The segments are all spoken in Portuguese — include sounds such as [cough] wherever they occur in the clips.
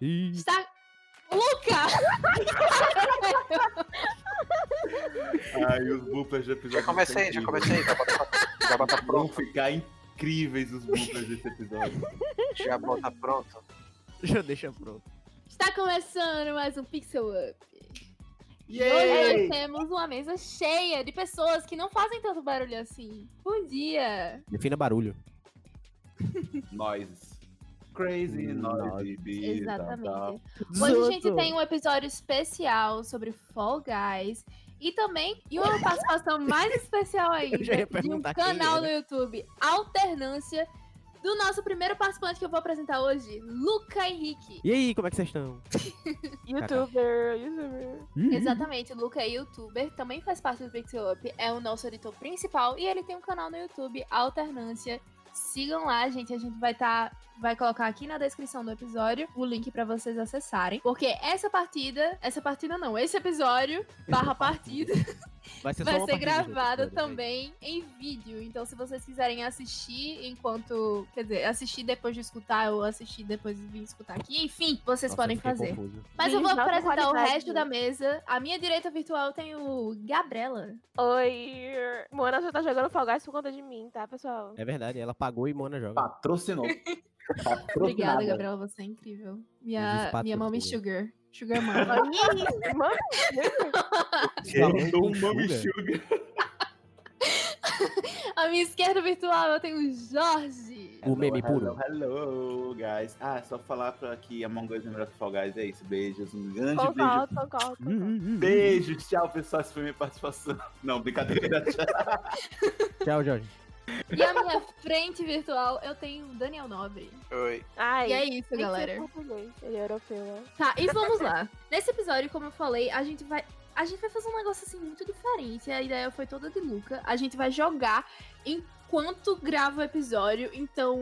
Ih. Está. Luca! Ai, os bloopers de episódio. Já comecei, já são comecei. Já bota, pra- já bota incríveis. Vão pronto. ficar incríveis os bloopers desse episódio. [laughs] Já bota pronto. Já deixa pronto. Está começando mais um Pixel Up. E Yay! hoje nós temos uma mesa cheia de pessoas que não fazem tanto barulho assim. Bom dia! Defina barulho. Noises. Crazy, noisy, beat, tá, Exatamente. Hoje a gente tem um episódio especial sobre Fall Guys. E também, e uma participação [laughs] mais especial ainda, Eu já de ia um perguntar né? quem canal no era. YouTube, Alternância, do nosso primeiro participante que eu vou apresentar hoje, Luca Henrique. E aí, como é que [laughs] vocês estão? Youtuber, youtuber. Uhum. Exatamente, o Luca é youtuber, também faz parte do Pixel Up, é o nosso editor principal e ele tem um canal no YouTube, Alternância. Sigam lá, gente, a gente vai tá, vai colocar aqui na descrição do episódio o link pra vocês acessarem, porque essa partida, essa partida não, esse episódio barra partida Vai ser, só vai uma ser partida, gente, gravada olha, gente. também em vídeo. Então, se vocês quiserem assistir enquanto. Quer dizer, assistir depois de escutar ou assistir depois de vir escutar aqui, enfim, vocês Nossa, podem eu fiquei fazer. confuso. Mas eu vou Vídeos de alta apresentar o qualidade. resto da mesa. À minha direita virtual tem o Gabriela. Oi. Mona só tá jogando Fall Guys por conta de mim, tá, pessoal? É verdade, ela pagou e Mona joga. Patrocinou. Patrocinada. Obrigada, Gabriela, você é incrível. Minha, espaços, minha mommy por sugar. Sugar [laughs] mama. [laughs] Oi, mano. Eu sou um mami Sugar. sugar. à minha esquerda virtual eu tenho o Jorge. O meme Hello, puro. Hello, hello, guys. Ah, só falar pra que Among Us é melhor que Fall Guys. É isso. Beijos. Um grande beijo Concordo, concordo, concordo. Hum, hum, hum. Beijo, tchau, pessoal. Essa foi minha participação. Não, brincadeira. Tchau. Tchau, Jorge. E à minha frente virtual eu tenho o Daniel Nobre. Oi. Ai, E é isso, tem que ser galera. português, Ele é europeu, né? Tá, e vamos lá. Nesse episódio, como eu falei, a gente vai. A gente vai fazer um negócio assim muito diferente. A ideia foi toda de Luca. A gente vai jogar enquanto grava o episódio. Então,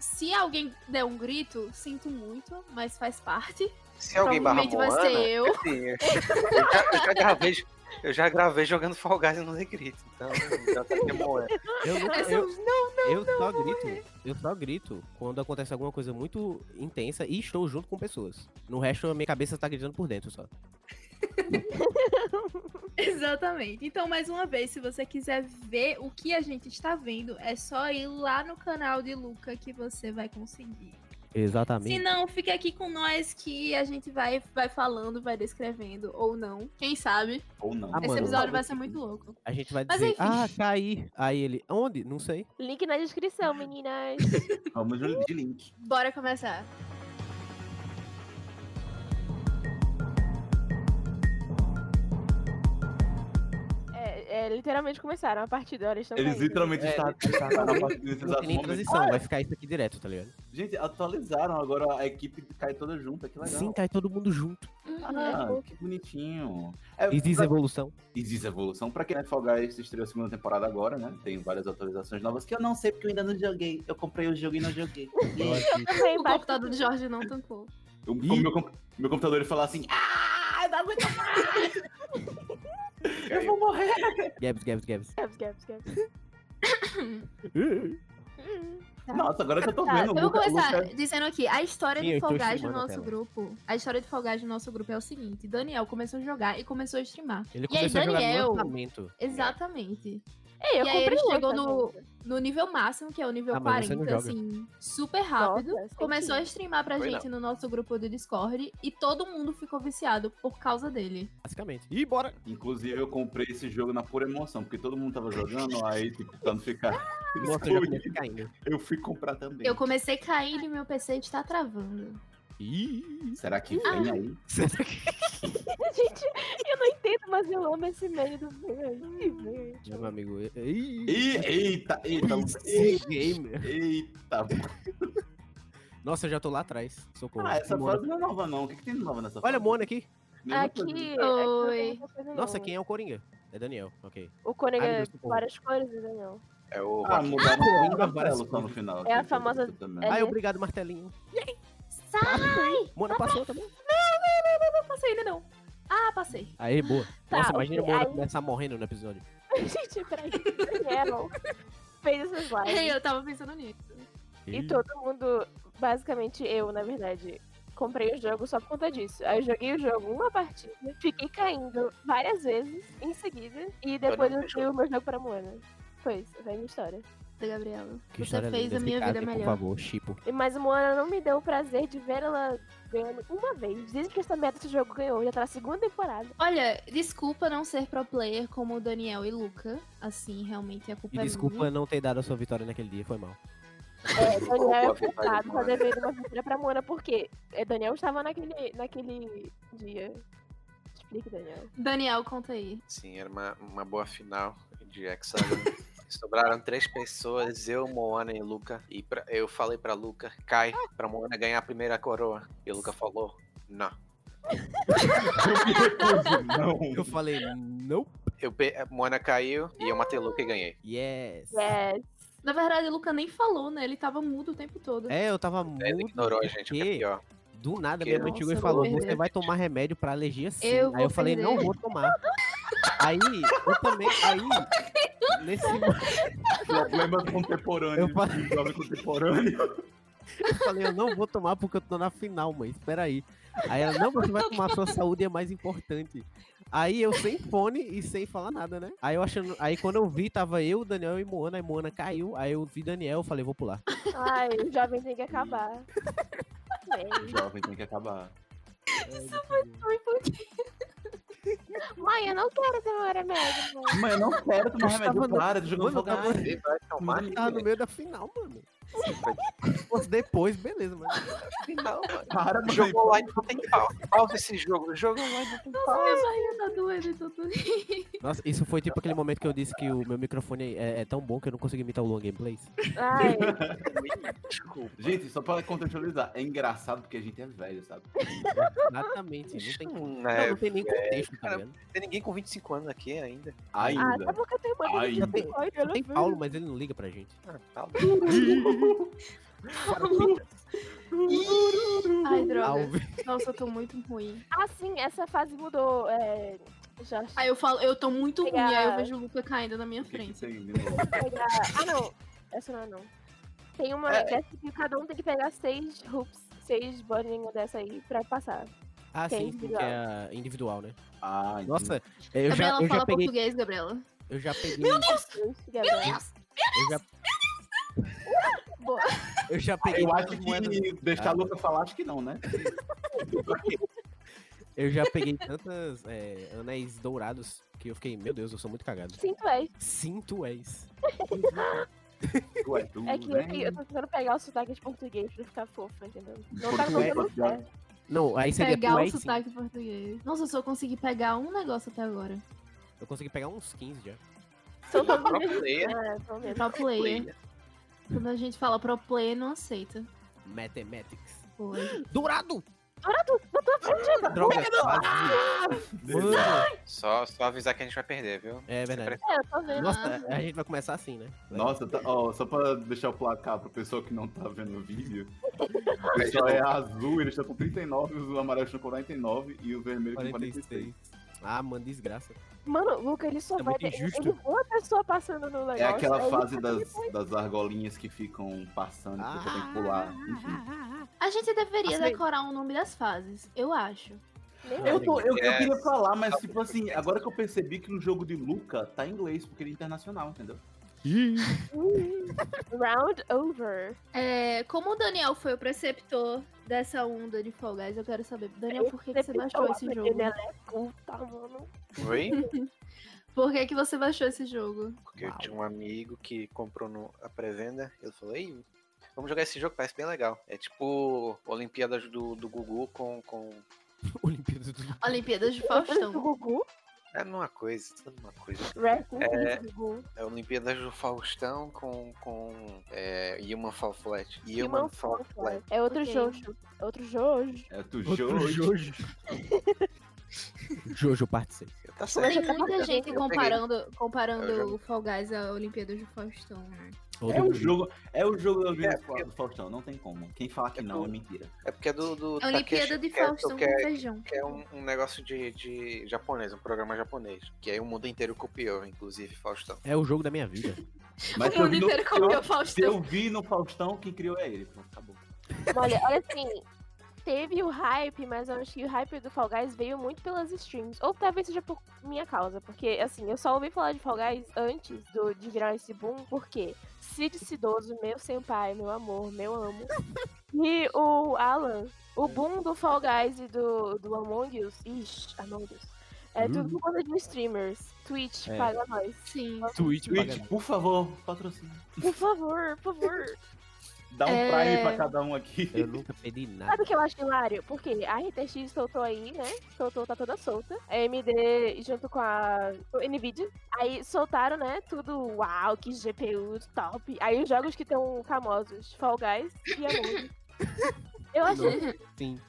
se alguém der um grito, sinto muito, mas faz parte. Se alguém barra Provavelmente vai Moana, ser eu. [laughs] assim, eu, já, eu já gravei, eu já gravei jogando Fall Guys e não dei grito. Então, já tá aqui a Moana. Eu, nunca- Essa- eu, não, é. eu só grito. Eu só grito quando acontece alguma coisa muito intensa e estou junto com pessoas. No resto, a minha cabeça tá gritando por dentro só. Exatamente. Então, mais uma vez, se você quiser ver o que a gente está vendo, é só ir lá no canal de Luca que você vai conseguir. Se Tá Exatamente. não, fica aqui com nós que a gente vai, vai falando, vai descrevendo, ou não. Quem sabe? [laughs] Ou não. Ah, Esse mano. episódio vai ser muito louco. A gente vai Mas dizer, enfim. ah, caí. Aí ele, onde? Não sei. Link na [laughs] descrição, meninas. Vamos de de link. Bora começar. É, é, literalmente começaram a partida, olha, eles estão Eles caindo. literalmente É, estavam estavam na parte desses Não tem nem assuntos. transição, vai ficar isso aqui direto, tá ligado? Gente, atualizaram agora a equipe cai toda junta, que legal. Sim, cai todo mundo junto. É. Ah, que bonitinho. É, Existe pra- evolução. Existe evolução. Pra quem é Fall Guys, estreou a segunda temporada agora, né? Tem várias atualizações novas que eu não sei porque eu ainda não joguei. Eu comprei o jogo e não joguei. Eu acho que- [laughs] Também O bate- computador do Jorge não tancou. Eu- Ih. o meu, comp- meu computador ele falou assim: Ah, não aguento mais! eu vou morrer! Gabs, Gabs, Gabs. Gaps, gaps, gaps. Hum. Nossa, agora que eu tô Tá, vendo. eu o vou Luca- começar o Luca- dizendo aqui, a história Sim, de eu tô Fall Guys do streamando a nosso tela. grupo. A história de Fall Guys do nosso grupo é o seguinte: Daniel começou a jogar e começou a streamar. Ele E aí, começou a jogar Daniel? no lançamento. Exatamente. Ei, eu E aí comprei ele outra, chegou no- gente. No nível máximo, que é o nível Ah, mas você 40, não joga. assim, super rápido. Nossa, é começou a senti. streamar pra Foi gente no nosso grupo do Discord e todo mundo ficou viciado por causa dele. Basicamente. E bora! Inclusive, eu comprei esse jogo na pura emoção, porque todo mundo tava jogando, aí, tipo, pra não ficar. Nossa, eu já comecei caindo. Eu fui comprar também. Eu comecei caindo e meu PC está tá travando. Ih, Será que Ah. vem aí? será que- [laughs] Gente, eu não entendo, mas eu amo esse meme do meme. Meu amigo. e- Ih, Ih, eita, eita, esse gamer. eita. Nossa, eu já tô lá atrás. Socorro. Ah, essa é Mona. frase não é nova, não. O que, que tem de nova nessa Olha, frase? Mona aqui. Nenhuma Aqui, é coisa. aqui não Oi. tem muita coisa, não. Nossa, quem é o Coringa? É Daniel, ok. O Coringa Ai, meu é Deus, socorro. várias cores, Daniel. É o Ah, Joaquim. mudaram o nome da várias Marcelo só no final. É a Tem coisa famosa- dessa também. É [laughs] Ai, esse. obrigado, martelinho. Sai! Mona passou tá também. Não passei ainda não. Ah, passei. Aí, boa. Tá, Nossa, imagina a ok, Mona aí- começar morrendo no episódio. [laughs] Gente, peraí. Daniel é, fez essa slide. Eu tava pensando nisso. E todo mundo, basicamente eu, na verdade, comprei o jogo só por conta disso. Aí eu joguei o jogo uma partida, fiquei caindo várias vezes em seguida, e depois eu vi o dei o meu jogo pra Moana. Foi isso, foi a minha história. Da Tá, Gabriela. Que Você história fez linda. a minha Obrigado, vida Por melhor. favor, Chipo. E- Mas Moana não me deu o prazer de ver ela ganhando uma vez. Dizem que essa meta desse jogo ganhou, já tá na segunda temporada. Olha, desculpa não ser pro player como o Daniel e Luca. Assim, realmente a E culpa é desculpa não ter dado a sua vitória naquele dia, foi mal. É, Daniel é Boa vitória, culpado por Moana. dever uma vitória pra Moana, porque é, Daniel estava naquele, naquele dia. Explique, Daniel. minha. Daniel, conta aí. Sim, assim, era uma, uma boa final de Hexagon. Sobraram três pessoas, eu, Moana e Luca. E pra- eu falei pra Luca, cai, pra Moana ganhar a primeira coroa. E o Luca falou, não. [laughs] Eu falei, nope. Eu, pe- a Moana caiu e eu matei Luca e ganhei. Yes. Yes. Na verdade, o Luca nem falou, né? Ele tava mudo o tempo todo. É, eu tava Ele muito. ignorou a gente, o que é porque pior. Do nada, Que minha mãe nossa, chegou eu e vou falou: perder. Você vai tomar remédio pra alergia sim. Eu aí vou eu falei: Não perder. vou tomar. Aí, eu também. Aí, nesse Problema contemporâneo. Eu falei- Problema contemporâneo. eu falei: Eu não vou tomar porque eu tô na final, mãe. Espera aí. Aí ela: Não, você vai tomar, sua saúde é mais importante. Aí eu sem fone e sem falar nada, né? Aí eu achando. Aí quando eu vi, tava eu, Daniel e Moana. Aí Moana caiu. Aí eu vi Daniel, eu falei, vou pular. Ai, o jovem tem que acabar. Bem. [laughs] Jovem tem que acabar. Isso foi Mãe, eu não quero ser uma remédio, mãe. Mas eu não quero tomar Eu remédio. tava no- Para, tô jogando Mano, eu tava- [laughs] Fortnite. Ele vai tomar Tava no no meio da final, mano. Se fosse depois, beleza, mano. final, mano. Para, mano. Jogo online não tem pausa. Pausa esse jogo. Jogo online não tem Nossa, minha barriga tá doendo e tudo. [laughs] Nossa, isso foi tipo aquele momento que eu disse que o meu microfone é, é tão bom que eu não consegui imitar o Long [laughs] Gameplays. Ai, é pausa. Desculpa. Gente, só pra contextualizar, é engraçado porque a gente é velho, sabe? Exatamente, não tem, Hum, É, não, né? não tem nem contexto, tá cara, ligado? Tem ninguém com 25 anos aqui ainda. ah, tá Ainda. porque tua irmã tem Ainda. 25 anos, eu não Tem vi. Paulo, mas ele não liga pra gente. Ah, tá. Ai, droga. Alves. Nossa, eu tô muito ruim. Ah, sim, essa fase mudou. É... Já Aí eu falo, eu tô muito ruim, aí eu Obrigada. vejo o Luca caindo na minha O que que frente. tem de novo? pega. Ah, não. Essa não é não. Tem uma É. dessa que cada um tem que pegar seis hoops, seis bolinhas dessa aí pra passar. [laughs] Ah, sim, Tem sim, que individual. é individual, né? Ah, entendi. Nossa, é, eu já, Gabriela, eu fala já peguei. português, Gabriela. Eu já peguei. Meu Deus! Deus, Gabriel. Eu já, Boa. eu já peguei. Eu acho tantas [laughs] moedas- que deixar a Luca falar, acho que não, né? eu já peguei tantas é, anéis dourados que eu fiquei, meu Deus, eu sou muito cagado. Sim, tu és. Sinto és. Tu é tu, É que eu, né? que- eu tô tentando pegar o sotaque de português pra ficar fofa, entendeu? Não Quando tá tu é acontecendo português. certo. Não, aí seria Pegar tu o és, sim. sotaque português. Nossa, eu só consegui pegar um negócio até agora. Eu consegui pegar uns 15 já. São tão Pro bonitas. player, Ah, pelo menos. Pro player. player. Quando a gente fala pro player, não aceita. Mathematics. Foi. Dourado! Não tô aprendendo. Droga, quase. Mano, Só, só avisar que a gente vai perder, viu? é verdade. É, eu tô vendo. Nossa, a gente vai começar assim, né? Nossa, tá- ó, só pra deixar o placar pro pessoal que não tá vendo o vídeo. O pessoal é azul, eles estão com 39, os amarelos estão com 49 e o vermelho com 46. 46. Ah, mano, desgraça. Mano, o Luca, ele só É vai. muito injusto. Ele uma pessoa passando no É negócio. aquela aí- tipo, fase das, das argolinhas que ficam passando, que você tem que pular. Enfim. A gente deveria Assim- decorar o nome das fases, eu acho. Meu ah. É. Eu, tô- eu- eu Yes. queria falar, Tá mas tipo assim, agora que eu percebi que no jogo de Luca tá em inglês, porque ele é internacional, entendeu? Deus. Round over. É, como o Daniel foi o preceptor dessa onda de Fall Guys, eu quero saber, Daniel, por que, que você baixou esse jogo? Ele é culta, mano. Oi? Por que, que você baixou esse jogo? Porque eu Uau. tinha um amigo que comprou no, a pré-venda. Ele falou, ei, vamos jogar esse jogo, parece bem legal. É tipo Olimpíadas do, do Gugu com, com. [laughs] Olimpíadas do. Olimpíadas de Do [laughs] Faustão. Gugu? É numa coisa, tudo uma coisa. Rest in É. peace, Gugu. É Olimpíadas do Faustão com. com é, Human Fall Flat. Human Human Fall Fall Flat. É outro Ok. Jojo. É outro Jojo. É tu Outro Jojo. Jojo. Jojo parte 6. Tá Tem certo. tá muita bacana. gente Eu peguei. comparando, Eu comparando já- o Fall Guys a Olimpíadas de Faustão. né? É o jogo, é o jogo do É, Faustão, do Faustão, não tem como. Quem falar que É não tu- é mentira. É porque é do. do A Olimpíada Takeshi de Kitoko, Faustão que com é- feijão. que é um, um negócio de, de japonês, um programa japonês. Que aí o mundo inteiro copiou, inclusive Faustão. É o jogo da minha vida. Mas O mundo se eu vi no- inteiro se eu- comeu Se Faustão. eu vi no Faustão, quem criou é ele. Pronto, acabou. Olha, olha assim. teve o hype, mas eu acho que o hype do Fall Guys veio muito pelas streams. Ou talvez seja por minha causa, porque assim, eu só ouvi falar de Fall Guys antes do, de virar esse boom, porque Cid Cidoso, meu senpai, meu amor, meu amo. E o Alan, o boom do Fall Guys e do, do Among Us. Ixi, Among Us. É tudo por conta de streamers. Twitch, É. paga nós. um Sim. Twitch, paga Twitch, por favor, patrocina. Por favor, por favor. Dá um É. prime pra cada um aqui. Eu nunca pedi nada. Sabe o que eu acho hilário? Porque a RTX soltou aí, né? Soltou, tá toda solta. A AMD junto com a o NVIDIA. Aí soltaram, né? Tudo, uau, que GPU top. Aí os jogos que estão famosos, Fall Guys e Among Us. Eu achei Sim.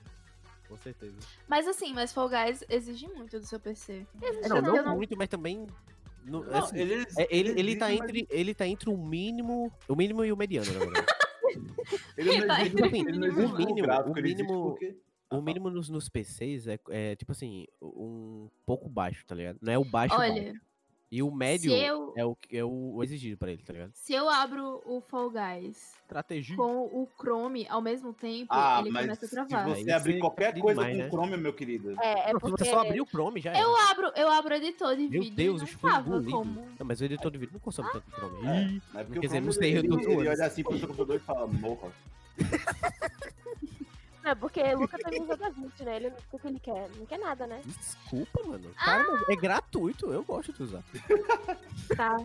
Com certeza. Mas assim, mas Fall Guys exige muito do seu PC. É, Existe não, não, não muito, mas também. não- Não, assim, eles- é, ele, ele, eles- tá mas entre, ele tá entre o mínimo. O mínimo e o mediano, na verdade. Ele não Vai. existe, Assim, ele não o existe como mínimo- gráfico, o ele existe mínimo- porque- O mínimo nos, nos PCs é, é, tipo assim, um pouco baixo, tá ligado? Não é o baixo. baixo. Olha, E o médio se eu, é, o, que- é o exigido pra ele, tá ligado? se eu abro o Fall Guys Estratégia. com o Chrome ao mesmo tempo, Ah, ele mas começa a se travar. Aí você você abrir qualquer tá coisa demais, com né? Chrome, meu querido, É, é Não, se porque... você só abrir o Chrome já Eu era. abro, eu abro o editor de É. Meu vídeo Deus, e eu não fui trava engolido. como. Ah! Não, mas o editor de vídeo não consome tanto Chrome. É. Ih, Né? Porque Quer o dizer, Chrome, não sei, eu ele- tô ele zoando. olha assim pro seu computador e fala, morra. É porque o Luca também joga 20, né? Ele, o que que ele quer? Não quer nada, né? Desculpa, mano. Cara, mas é gratuito, eu gosto de usar. Tá.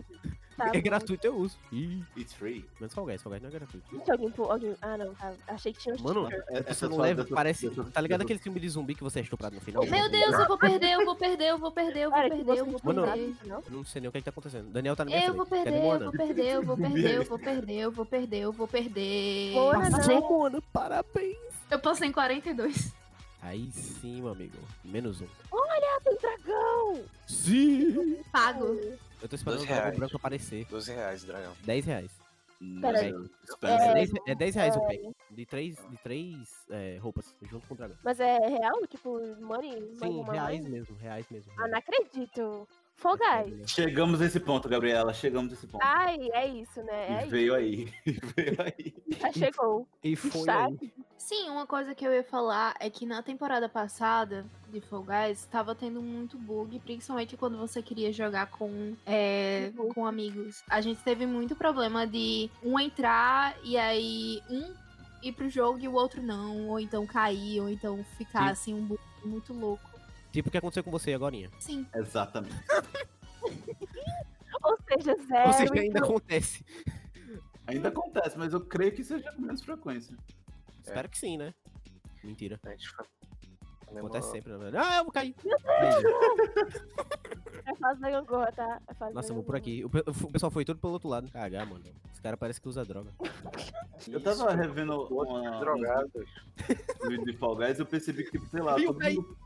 tá É bom. gratuito, eu uso. Ih, It's free. menos Fall Guys, Fall Guys não é gratuito. Deixa alguém, pôr- alguém... Ah, não, tá. Achei que tinha um Mano, sticker. a pessoa não É, leva, parece. Tá ligado aquele filme de zumbi que você é estuprado no final? Meu Deus, eu vou perder, eu vou perder, eu vou perder, eu vou Cara, que perder, eu você vou Mano, não nada, perder. não? Eu não sei nem o que, que tá acontecendo. Daniel tá na minha Eu vou frente. Cadê perder, eu Moana? vou perder, eu vou perder, [laughs] eu vou perder, eu vou perder, eu vou perder. Bora, Passei. não. Moana, parabéns. Eu passei em 42. Aí sim, meu amigo. Menos um. Ah, tem dragão! Sim! Pago. Eu tô esperando Dois o dragão reais. branco aparecer. 12 reais, dragão. 10 reais. Peraí. É É, 10, é 10 reais o é. pack. De 3, de três é, roupas, junto com o dragão. Mas é real? Tipo, money? money, Sim, money? reais mesmo, reais mesmo. Ah, não acredito. Fall Guys. Chegamos a esse ponto, Gabriela. Chegamos a esse ponto. Ai, é isso, né? É e veio aí. [laughs] E veio aí. isso. Já chegou. E foi Está- aí. Sim, uma coisa que eu ia falar é que na temporada passada de Fall Guys, tava tendo muito bug, principalmente quando você queria jogar com, é, Uhum. com amigos. A gente teve muito problema de um entrar e aí um ir pro jogo e o outro não, ou então cair, ou então ficar Sim. assim, um bug muito louco. Tipo o que aconteceu com você agorinha. Sim, Exatamente. Ou seja, zero. Ou seja, ainda então, acontece. Ainda acontece, mas eu creio que seja com menos frequência. [laughs] Espero que sim, né? Mentira. A gente fica- Acontece Lembra- sempre, na verdade. Ah, eu caí. é fase da Gangorra, tá? É fase Nossa, da eu vou por Gangorra. aqui. O pe- O pessoal foi tudo pelo outro lado. Cagar, mano. Esse cara parece que usa droga. Eu tava Isso, revendo uma, um drogados. vídeo de Fall Guys e eu percebi que, tipo, sei lá, Viu, todo cai. mundo.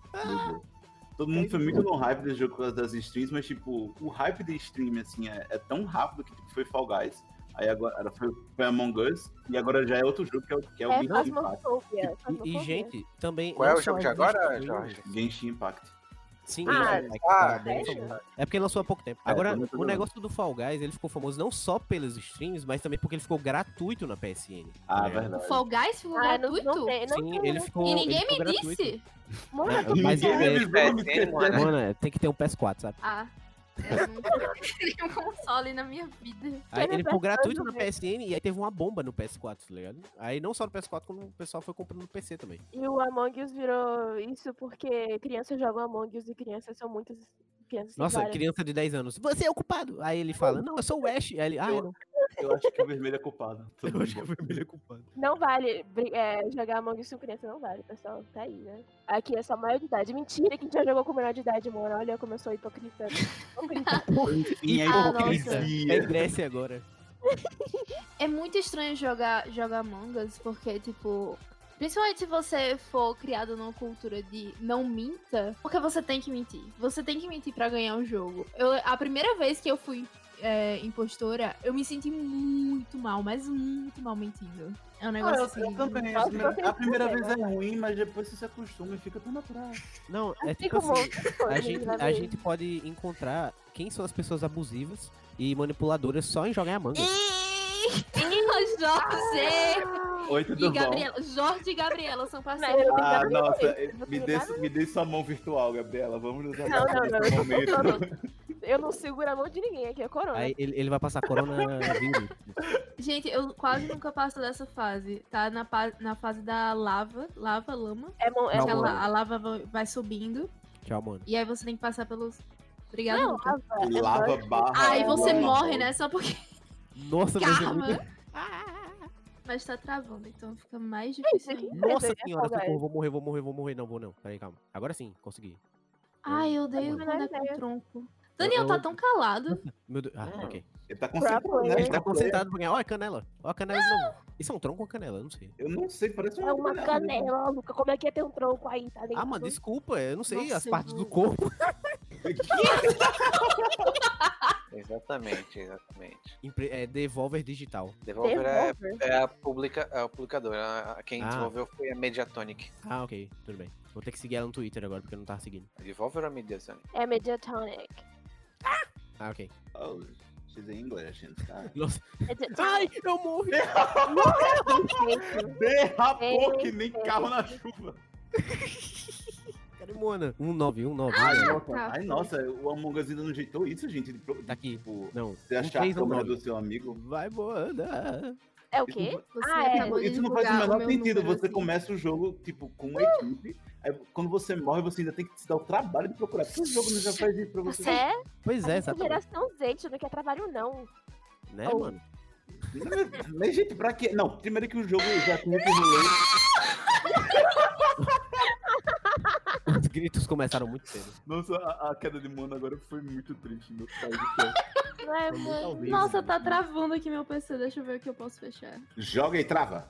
Todo mundo foi muito no hype desse jogo por causa das streams, mas tipo, o hype de stream assim é, é tão rápido que tipo, foi Fall Guys. Aí agora era- foi, foi Among Us, e agora já é outro jogo que é o, que é o É Genshin Impact. Fasmofobia. E, e, gente, também. Qual é não o jogo só de agora, existe- Jorge? Genshin Impact. Sim, Ah, isso, é, que Ah, tá bem sério? famoso. É porque lançou há pouco tempo. Agora, tá muito o bom. negócio do Fall Guys, ele ficou famoso não só pelos streams, mas também porque ele ficou gratuito na PSN. É. Ah, o verdade. Fall Guys ficou Ah, não, gratuito. não tem, não Sim, tem. ele não ficou. e ele ninguém me ficou gratuito. disse. tem. Mano, É, eu tô mas pensando, é- PSN, mano. Mano, é, tem que ter um PS4, sabe? Ah, eu não [laughs] tenho nenhum console na minha vida. Aí Era ele ficou PS4 gratuito na mesmo. PSN e aí teve uma bomba no PS4, tá ligado? Aí não só no PS4, como o pessoal foi comprando no PC também. E o Among Us virou isso porque crianças jogam Among Us e crianças são muitas. Crianças são Nossa, várias. criança de 10 anos. Você é o culpado. Aí ele fala, não, eu sou o Ash. Aí ele, ah, eu não. Eu acho que o vermelho é [laughs] culpado. [laughs] Eu acho que o vermelho é culpado. Não vale bri- é, jogar Among Us com criança, não vale, pessoal. Tá aí, né? Aqui é só maior de idade. Mentira, quem já jogou com menor de idade, mano. Olha como eu sou hipocrita. Hipocrita. Enfim, é Ah, É hipocrisia. Grécia agora. É muito estranho jogar, jogar Among Us, porque, tipo. Principalmente se você for criado numa cultura de não minta, porque você tem que mentir. Você tem que mentir pra ganhar o jogo. Eu, a primeira vez que eu fui é, impostora, eu me senti muito mal, mas muito mal mentindo. É um Ah, negócio eu, assim. eu também. Nossa, assim, eu a primeira também, vez é ruim, mas depois você se acostuma e fica tão natural. Não, é Assim tipo como assim, outras coisas, a gente, né, a velho? gente pode encontrar quem são as pessoas abusivas e manipuladoras só em jogar Among Us. Ih, José! Oi, tudo E bom? Gabriela, Jorge e Gabriela são Não, parceiros. eu- Ah, Gabriela, nossa, eu não me tenho dê, nada. me dê sua mão virtual, Gabriela. Vamos nos Não, não, não, nesse momento. não, não. Eu não seguro a mão de ninguém aqui, é corona. Aí ele, ele vai passar coronavírus. Gente, eu quase nunca passo dessa fase. Tá na, pa- na fase da lava, lava, lama. É mão, é Não, que mão- mano. ela- a lava vai- vai subindo. Tchau, mano. E aí você tem que passar pelos. Obrigada. Não, Luca. lava. é Lava banho. barra. Aí você lava morre, mão. né? Só porque. [laughs] Nossa, Deus, é Karma. muito... Mas tá travando, então fica mais isso difícil. aqui- ainda. [laughs] Nossa Desenha, senhora, Fall socorro, vou morrer, vou morrer, vou morrer. Não, vou não. Peraí, calma. Agora sim, consegui. Ai, eu odeio Mano. quando é Menor com ideia. tronco. Daniel eu- tá tão calado. Meu Deus. Ah, Hum. ok. Ele tá concentrado, né? Ele tá concentrado pra ganhar. Ó, é canela. Ó, a canela de novo. Isso é um tronco ou canela? Eu não sei. Eu não sei, parece É uma né? canela, Luca. Como é que é ter um tronco aí, tá ligado? Ah, mano, desculpa. Eu não sei Nossa, as partes do Lu. corpo. Exatamente, exatamente. Impre- É devolver digital. um Devolver é, Devolver. é a, publica, é a publicadora. a- a- Quem Ah. desenvolveu foi a Mediatonic. Ah, ok. Tudo bem. Vou ter que seguir ela no Twitter agora, porque eu não tava seguindo. Devolver ou Mediatonic? É Mediatonic. Ah, ok. Oh, she's in English, and stuff. Nossa. Ai, Mediatonic. eu morri. Perfeito. Derrapou Ei, que nem ei. carro na chuva. Cadê Moana? Um nove, um nove. Ai, Ah! um nove. nossa, tá. ai, nossa, o Among Us ainda não ajeitou isso, gente. de pro- Tá aqui. Tipo, Não. você um achar a três, um câmera nove. do seu amigo. Vai, Moana. É o isso quê? não Você Ah, é. acabou de tipo, Isso não faz o divulgar menor meu sentido. número, Você assim. começa o jogo, tipo, com uma equipe. Aí, quando você morre, você ainda tem que se dar o trabalho de procurar. Porque o jogo não já faz isso pra você. Você é? Pois é, A exatamente. geração Z, a gente não quer trabalho, não. Né, Oh. mano? Mas, mas, gente, pra quê? Não, primeiro que o jogo já tem esse rolê. Os gritos começaram muito cedo. Nossa, a, a queda de Mono agora foi muito triste, meu pai [laughs] do céu. Não é, Foi muito mano? ao vivo. Nossa, tá travando aqui meu PC. Deixa eu ver o que eu posso fechar. Joga e trava.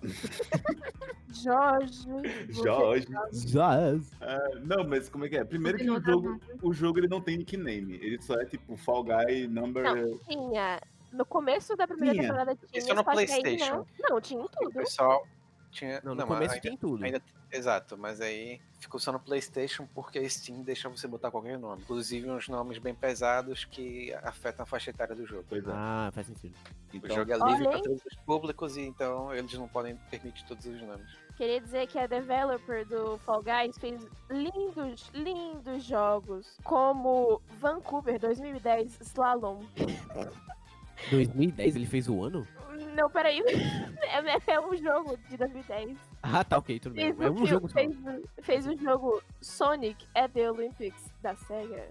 Jorge. Jorge. Zaz. Ah, não, mas como é que é? Primeiro que Continua o jogo, [laughs] o jogo ele não tem nickname. Ele só é tipo Fall Guy Number. Tinha. No começo da primeira Tinha. temporada tinha. Isso é no só que aí PlayStation. Não, não, tinha em O tudo. pessoal tinha. Não, no mas começo ainda- tem tudo. ainda- Exato, mas aí ficou só no PlayStation porque a Steam deixa você botar qualquer nome. Inclusive uns nomes bem pesados que afetam a faixa etária do jogo. Pois é. Ah, faz sentido. O então, jogo é Olha, livre para hein? todos os públicos e então eles não podem permitir todos os nomes. Uhum. Queria dizer que a developer do Fall Guys fez lindos, lindos jogos, como Vancouver 2010 Slalom. 2010 ele fez o ano? Não, peraí. [laughs] É, é um jogo de 2010. Ah, tá, ok, tudo bem. Fez, É o um jogo filme, só. fez, o- fez o jogo Sonic at the Olympics da SEGA.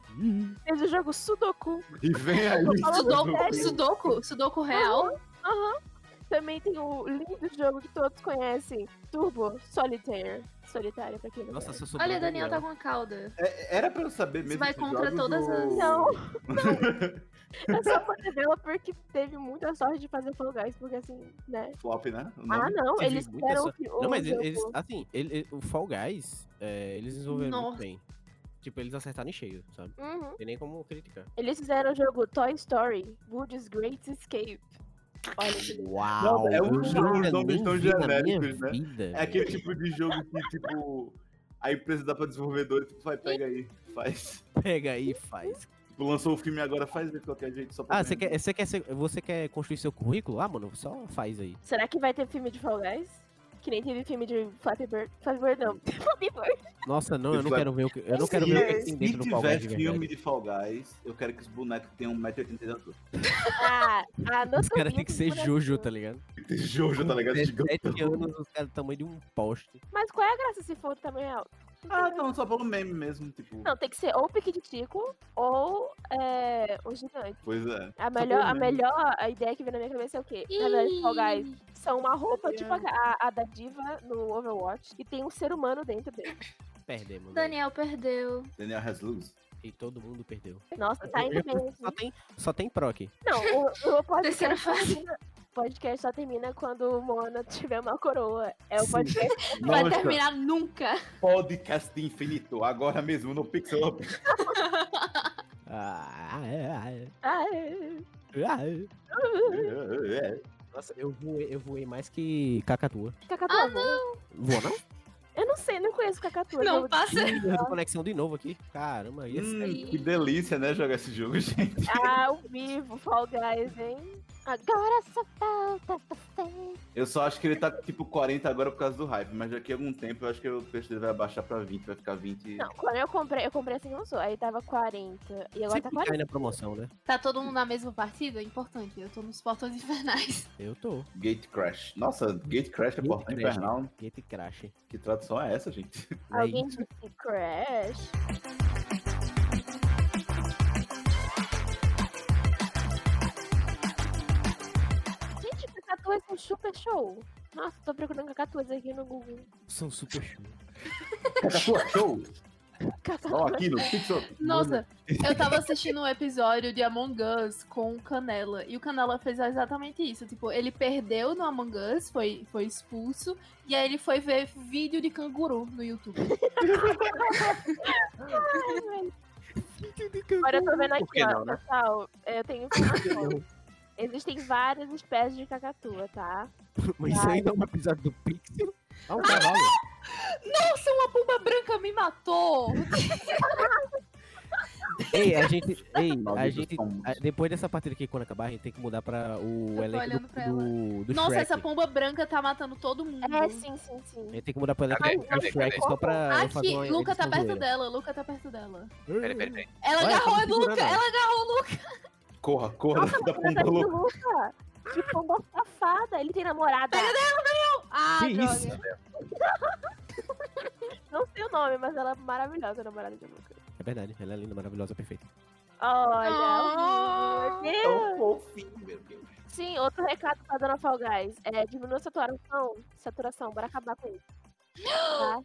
Fez o jogo Sudoku. Então, E vem aí. Sudoku, é sério? Sudoku, Sudoku real. Aham. Também tem o lindo jogo que todos conhecem, Turbo Solitaire. Solitário pra quem não Nossa, se conhece. eu sou Olha, Daniel tá com a cauda. É- Era pra eu saber mesmo. vai esses contra jogos todas ou- as- Não, é só uma developer que teve muita sorte de fazer Fall Guys, porque assim, né? [laughs] Flop, né? O Ah, nome? não, teve eles muita fizeram sorte. o Não, mas jogo. eles, assim, ele- ele- o Fall Guys, é, eles desenvolveram muito Nossa. bem. Tipo, eles acertaram em cheio, sabe? Uhum. Não tem nem como criticar. Eles fizeram o jogo Toy Story, Woody's Great Escape. Olha que lindo. Uau! é eu um jogo, os nunca nomes nem tão vi na minha genéricos, né? vida, É velho. aquele tipo de jogo que, tipo, a empresa dá pra desenvolvedor tipo, vai, pega aí, faz. [laughs] Pega aí e [laughs] faz. Tipo, lançou o filme agora, faz de qualquer jeito, só pra um Ah, ver. você quer, você, quer ser- você quer construir seu currículo? Ah, mano, só faz aí. Será que vai ter filme de Fall Guys? Que nem teve filme de Flappy Bird. Flappy Bird não. [laughs] Flappy Bird. Nossa, não, eu não Vai- quero ver o que. Eu não Se quero ver o que tiver- tem Se dentro do Fall tiver Guys de verdade. filme de Fall Guys, eu quero que os bonecos tenham 1,80m de altura. Ah, ah, não Os caras têm que ser Jojo, tá ligado? Tem Jojo, tá ligado? Gigante. 17 anos, os caras do tamanho de um poste. Mas qual é a graça se for do tamanho alto? Ah, não, só pelo meme mesmo, tipo. Não, tem que ser ou o Tico ou é, o gigante. Pois é. A melhor, a meme. melhor a ideia que veio na minha cabeça é o quê? Na verdade, Fall Guys são uma roupa tipo a, a- a da diva no Overwatch e tem um ser humano dentro dele. Perdemos. velho. Daniel perdeu. Daniel has lose. E todo mundo perdeu. Nossa, tá indo bem. Só tem, só tem proc. Não, o, o Terceira podcast, só fase. termina, o podcast só termina quando o Moana tiver uma coroa. É o Sim. podcast. Vai terminar nunca. podcast infinito, agora mesmo no Pixel [laughs] Up. Ah, é, ah, é, Ah, é. ah, é. Nossa, eu voei, eu voei mais que cacatua. Cacatua. Ah, não. Voa [laughs] não? Eu não sei, não conheço Cacatua. Não eu- passa. Ih, eu tô conexão de novo aqui. Caramba, é ia ser- Hum, que delícia, né, jogar esse jogo, [laughs] gente. Ah, ao vivo, Fall Guys, hein? Agora só falta você. Eu só acho que ele tá tipo 40 agora por causa do hype, mas daqui a algum tempo eu acho que o preço dele vai baixar pra 20, vai ficar 20. e- Não, quando eu comprei, eu comprei assim que lançou. Aí tava 40. E agora tá Sempre é, cai 40. na promoção, né? Tá todo mundo na mesma partida? É importante. Eu tô nos portões [laughs] infernais. Eu tô. Gate Crash. Nossa, Gate Crash é Gate portão Crash. infernal. Gate Crash. Que tradução é essa, [laughs] gente? Aí. Alguém disse Crash. Gente, cacatuas são super show. Nossa, tô procurando cacatuas aqui no Google. São super show. Cacatua Show! Ó, Cacatuas. aqui no Pixel. Nossa, [laughs] eu tava assistindo um episódio de Among Us com o Canela. E o Canela fez exatamente isso. Tipo, ele perdeu no Among Us, foi, foi expulso. E aí ele foi ver vídeo de canguru no YouTube. Ai, velho. Agora eu tô vendo Por que aqui, ó, não, né? pessoal. [laughs] Eu tenho informação. Existem várias espécies de cacatua, tá? Mas isso ainda é um episódio do Pixel? Ah, um cavalo. Nossa, uma pomba branca me matou! ei, a gente. Ei, a Malditos gente. pombos. a- depois dessa partida aqui, quando acabar, a gente tem que mudar Eu pra o tô elenco olhando do, pra do, do Nossa, Shrek. essa pomba branca tá matando todo mundo. É, sim, sim, sim. A gente tem que mudar pro elenco Cadê? do Cadê? Shrek Cadê? só pra. Ah, eu fazer Aqui, uma Luca tá edição perto zoeira. dela, Luca tá perto dela. Peraí, peraí, peraí. Ela Vai, agarrou tá o Luca, segurando. ela agarrou o Luca. Corra, corra da Mas tá pomba aqui, tá louca. Luca, que pomba safada. Ele tem namorada. Ah, Que droga. isso? Não sei o nome, mas ela é maravilhosa, a namorada de Luca. É verdade, ela é linda, maravilhosa, perfeita. Olha, Ah. Tão meu Deus. É um fofinho, meu Deus. Sim, outro recado pra dona Fall Guys. É, diminua a saturação. Saturação, bora acabar com isso. Tá?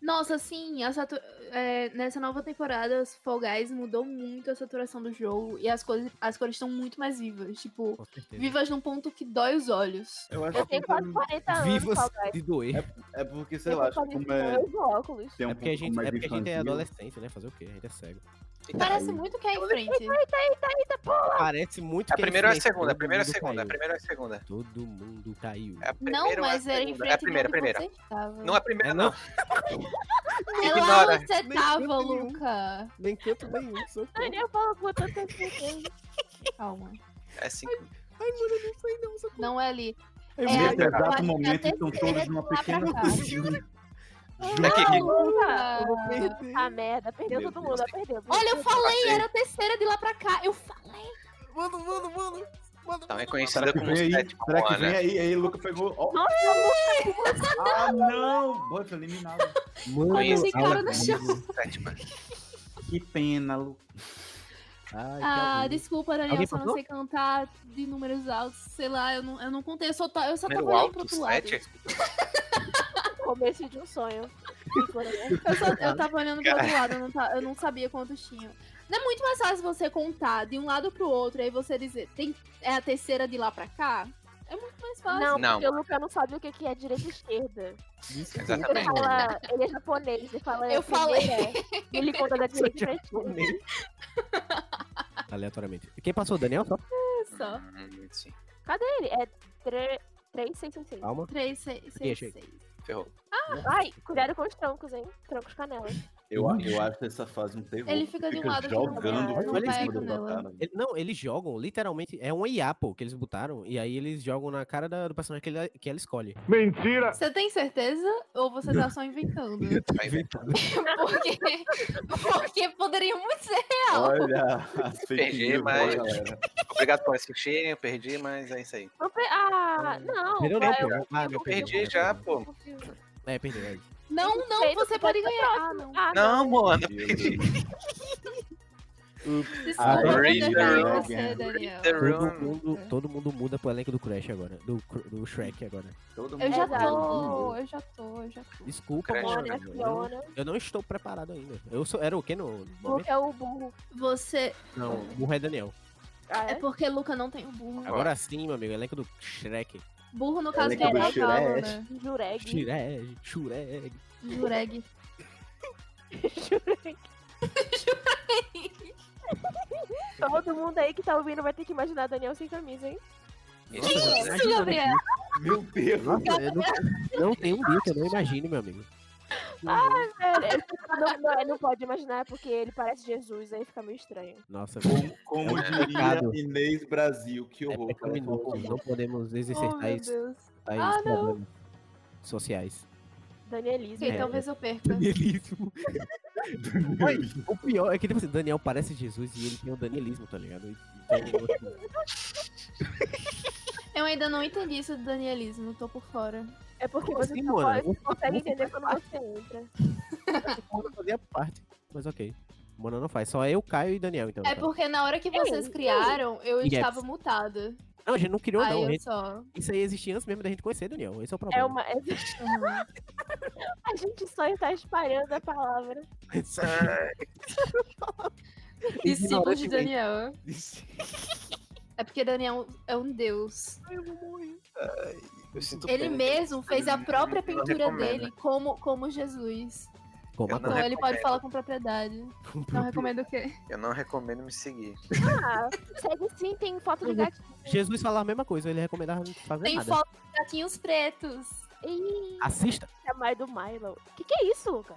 Nossa, sim, a satu- é, nessa nova temporada, as Fall Guys mudou muito a saturação do jogo e as, coisas, as cores estão muito mais vivas. Tipo, Com certeza. vivas num ponto que dói os olhos. Eu acho Eu que tenho quase 40 anos, Vivas Fall Guys. de doer. é porque, sei Eu lá, vou acho fazer que isso como com é. meus óculos. Tem um É porque a público gente mais é, porque a gente é infantil. adolescente, né? Fazer o quê? A gente é cego. Parece muito que é em frente. Parece muito É a que primeira ou é a frente, segunda? É a todo primeira ou a mundo segunda? É a caiu. primeira ou a segunda? Todo mundo caiu. É a Não, primeira ou é a mas era em segunda? frente É a primeira, de onde primeira. você estava. Não é a primeira, É, não. não. [laughs] É lá Ignora. onde você Nem tava, canto nenhum. Luca. Nem canto nenhum, socorro. Daniel falou com tanta certeza. Calma. É cinco. Ai, mano, eu não sei não, socorro. Não é ali. Eu É, vou- Nesse eu exato acho que momento, até estão terceira todos numa de lá pra pequena [laughs] cá. cozinha. é, Aqui, é, aqui. eu Luca! vou perder. é, Ah, merda, perdeu Meu todo Deus. mundo, ela perdeu. Olha, eu falei, Passei. era a terceira de lá pra cá. Eu falei. Mano, mano, mano. Mano, Então é Será conhecida que como um vem aí? sétima Será que vem Moana. aí? Aí o Luca pegou. ó, Ah, não! Boy, foi eliminado. mano, Olha esse cara ai, no chão. Sétima. Que pena, Luca. Ai, que Ah, agonia. desculpa, Daniel, Alguém só não passou? sei cantar de números altos, sei lá, eu não, eu não contei, eu só, ta- eu só tava Número olhando pro alto, outro lado. sete. Começo de um [laughs] sonho. Ficou né? na minha Eu, só, eu tava olhando pro outro lado, eu não, ta- eu não sabia quantos tinham. Não é muito mais fácil você contar de um lado pro outro, aí você dizer, tem, é a terceira de lá pra cá? É muito mais fácil. Não, Não. porque o Luca não sabe o que que é direita e esquerda. Ele, Exatamente. fala, ele é japonês, ele fala. Eu falei. é primeira, Ele conta [laughs] da Sou direita pra esquerda. é japonês. Aleatoriamente. Quem passou, Daniel? Só Só. Hum, sim. Cadê ele? É 3, 6, 6, 6. calma. Três, seis, seis, Deixa aí. seis. Ferrou. Ai, cuidado com os troncos, hein? Troncos canela. Eu, eu acho essa fase um terror. Ele fica de um lado que não jogando vai, não coisa em vai cima da com tua ela. cara. Ele- não, eles jogam, literalmente, é um IA, pô, que eles botaram, e aí eles jogam na cara da- do personagem que, ele- que ela escolhe. Mentira! Você tem certeza ou você tá só inventando? Tá inventando. Porque, porque poderia muito ser real. Olha, [laughs] fake PG, news, né, mas- [laughs] galera. tá, Obrigado por assistir, eu perdi, mas é isso aí. Não pe- Ah, não. Perdeu vai, não, pô. Ah, eu não, perdeu, Perdi perdeu, já, perdeu. pô. É, perdeu. é. Não, não, Sei, você não pode pode ganhar. Ah, não. Ah, Não, Moana, Meu perdi. Desculpa, Ah, eu Read the enganei room. você, Daniel. The Todo room. mundo, todo mundo muda pro elenco do Crash agora, do, Cr- do Shrek agora. Todo Eu é mundo já Exato. tô, eu já tô, eu já tô. Desculpa, Crash, mano. Fiona, eu né? não- Fiona. Eu não estou preparado ainda. Eu sou, era o quê no no Luca momento? é o burro. Você. Não, burro é Daniel. Ah, É é? porque Luca não tem um o burro. Agora sim, meu amigo, elenco do Shrek. Burro, no caso, Ela que é acabou o de cavalo, tirar né? Um Jureg. Shrek, Shrek. [laughs] Jureg. Todo mundo aí que tá ouvindo vai ter que imaginar Daniel sem camisa, hein? Isso, né? Isso, Gabriel. Meu Deus. Nossa, eu não, não tem um dia que eu não imagine, meu amigo. Não, Sério, É, não, não, ele não pode imaginar, porque ele parece Jesus, aí fica meio estranho. Nossa, velho. Como, como É diria pecado. Inês Brasil, que É horror. cara. pecaminoso, não podemos Oh, exercitar meu isso. Deus. Aí Ah, os não. problemas [laughs] sociais. Danielise. Ok, É. talvez eu perca. [laughs] Danielismo. o pior é que tipo assim, Daniel parece Jesus e ele tem o danielismo, tá ligado? Então, Eu ainda não entendi isso do danielismo, tô por fora. É porque Como você assim, não mano? pode- O você consegue Facundo entender faz quando parte. você entra. eu fazia parte. Mas ok. Mona não faz. Só eu, Caio e Daniel, então. É porque na hora que vocês eu- criaram, eu Yes. estava mutada. Não, a gente não criou, Aí não. eu gente- só. Isso aí existia antes mesmo da gente conhecer, Daniel. Esse é o É problema. uma... [laughs] [laughs] a gente só está espalhando a palavra. Discípulo tipo de Ignorantemente. Daniel. É porque Daniel é um deus. Eu sinto Ele pena. mesmo fez a própria Não pintura recomendo. dele como, como Jesus. Como Eu a Não então ele pode recomendo. falar com propriedade. Não recomendo o quê? Eu não recomendo me seguir. Ah, segue sim, tem foto de Uhum. gatinho. Jesus falava a mesma coisa, ele recomendava não fazer Tem nada. foto de gatinhos pretos. Ih, Assista. a mãe do Milo. Que que é isso, Luca?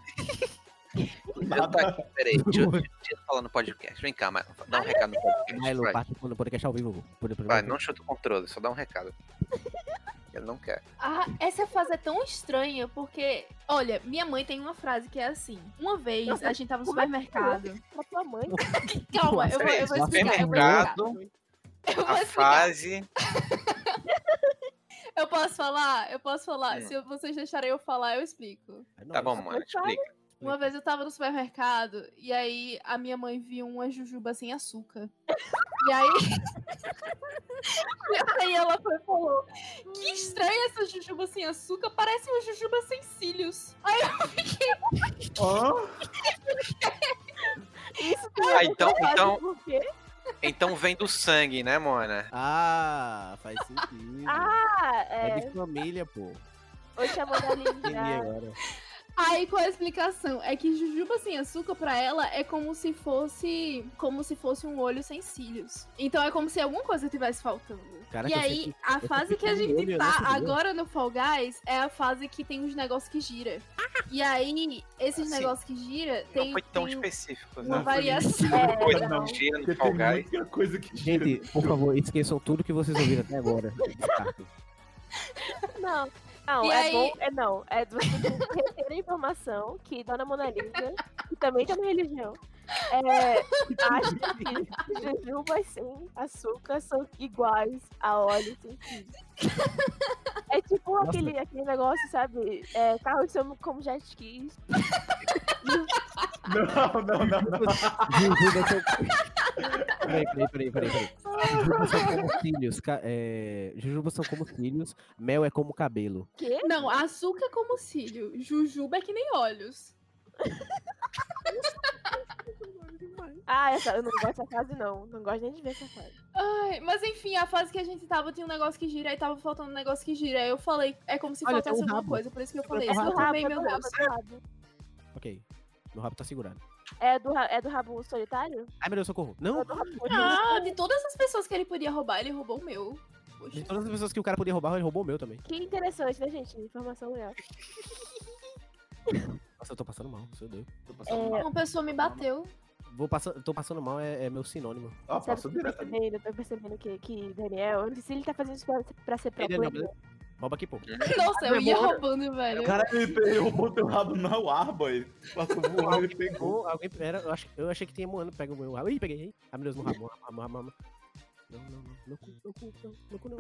Eu tá aqui, peraí, deixa eu, deixa eu falar no podcast. Vem cá, Milo, dá um recado no podcast. Milo vai. participa do podcast é ao vivo. Por- por- Vai, não chuta o controle, só dá um recado. Ele não quer. Ah, essa fase é tão estranha porque, olha, minha mãe tem uma frase que é assim. Uma vez Nossa, a gente tava no como é que supermercado. [laughs] Pra tua mãe. é Calma, é? eu vou, eu vou Nossa, explicar. Eu vou explicar. supermercado, [laughs] Eu vou a explicar. fase. Eu posso falar? Eu posso É. falar. Hum. Se vocês deixarem eu falar, eu explico. É Tá bom, nóis. mano, explica. Uma vez eu tava no supermercado e aí a minha mãe viu uma jujuba sem açúcar. E aí. [laughs] e aí ela foi e falou: Que estranha essa jujuba sem açúcar, parece uma jujuba sem cílios. Aí Hã? Isso Ah, então, então, Por quê? então vem do sangue, né, Mona? Ah, faz sentido. Ah, é é. de família, pô. Hoje chamou da Entendi Lívia. agora. Aí qual a explicação? É que jujuba sem açúcar pra ela é como se fosse como se fosse um olho sem cílios. Então é como se alguma coisa tivesse faltando. Caraca, e eu aí sempre- a eu fase sempre que a tive olho, gente eu tá não sabia. agora no Fall Guys é a fase que tem uns negócios que gira. E aí esses Assim, negócios que gira Não tem, foi tão tem específico, uma né? vai- variação. Foi É, tão não. dia no Porque Fall tem Guys. muita coisa que gira. Gente, por favor, esqueçam tudo que vocês ouviram até agora. Descartem. Não. Não, E é aí- bom. É não. É você tem que reter a informação que Dona Mona Lisa, que também tá na religião, é, acha que jejubas sem açúcar são iguais a óleo sem fio. É tipo Nossa. aquele, aquele negócio, sabe? É, carros são como jet skis. Não, não, não, não. Jujuba são. Peraí, peraí, peraí, peraí. peraí. Jujuba são como filhos. ca- É... Jujuba são como filhos. Mel é como cabelo. Que? Não, açúcar como cílio, jujuba é que nem olhos. Ah, essa, eu não gosto dessa frase, não. Não gosto nem de ver essa frase. Ai, mas enfim, a fase que a gente tava tinha um negócio que gira, aí tava faltando um negócio que gira. Aí eu falei, é como se Olha, tem faltasse um alguma rabo. coisa, por isso que eu Segura falei, teu isso rabo. eu também, é meu do Deus. rabo, é do rabo. Ok. Meu rabo tá segurado. É do, ra- é do rabo solitário? Ai, meu Deus, socorro. Não! É do rabo Ah, de todas as pessoas que ele podia roubar, ele roubou o meu. Poxa. De todas as pessoas que o cara podia roubar, ele roubou o meu também. Que interessante, né, gente? Informação legal. Nossa, eu tô passando mal, seu Deus. Tô passando É, mal. Uma pessoa me bateu. Vou passando, tô passando mal, é, é meu sinônimo. Ah, Sabe passou o que eu direto. tô ali. percebendo? Eu tô percebendo que, que Daniel, eu não sei se ele tá fazendo isso pra, pra ser Tá Ei, próprio. Daniel, ou não. beleza? Rouba né? aqui, pô. Nossa, eu ia roubando, velho. Caralho, ele pe- ele roubou teu rabo no ar, boy. [laughs] Passou voando, ele pegou. Ou alguém. Era, eu, acho, eu achei que tinha moano, pega o meu rabo. Ih, peguei, hein? Ai, meu Deus, no rabo, no rabo, no rabo, no rabo. Não, não, não. No cu, no cu, não, no cu, não.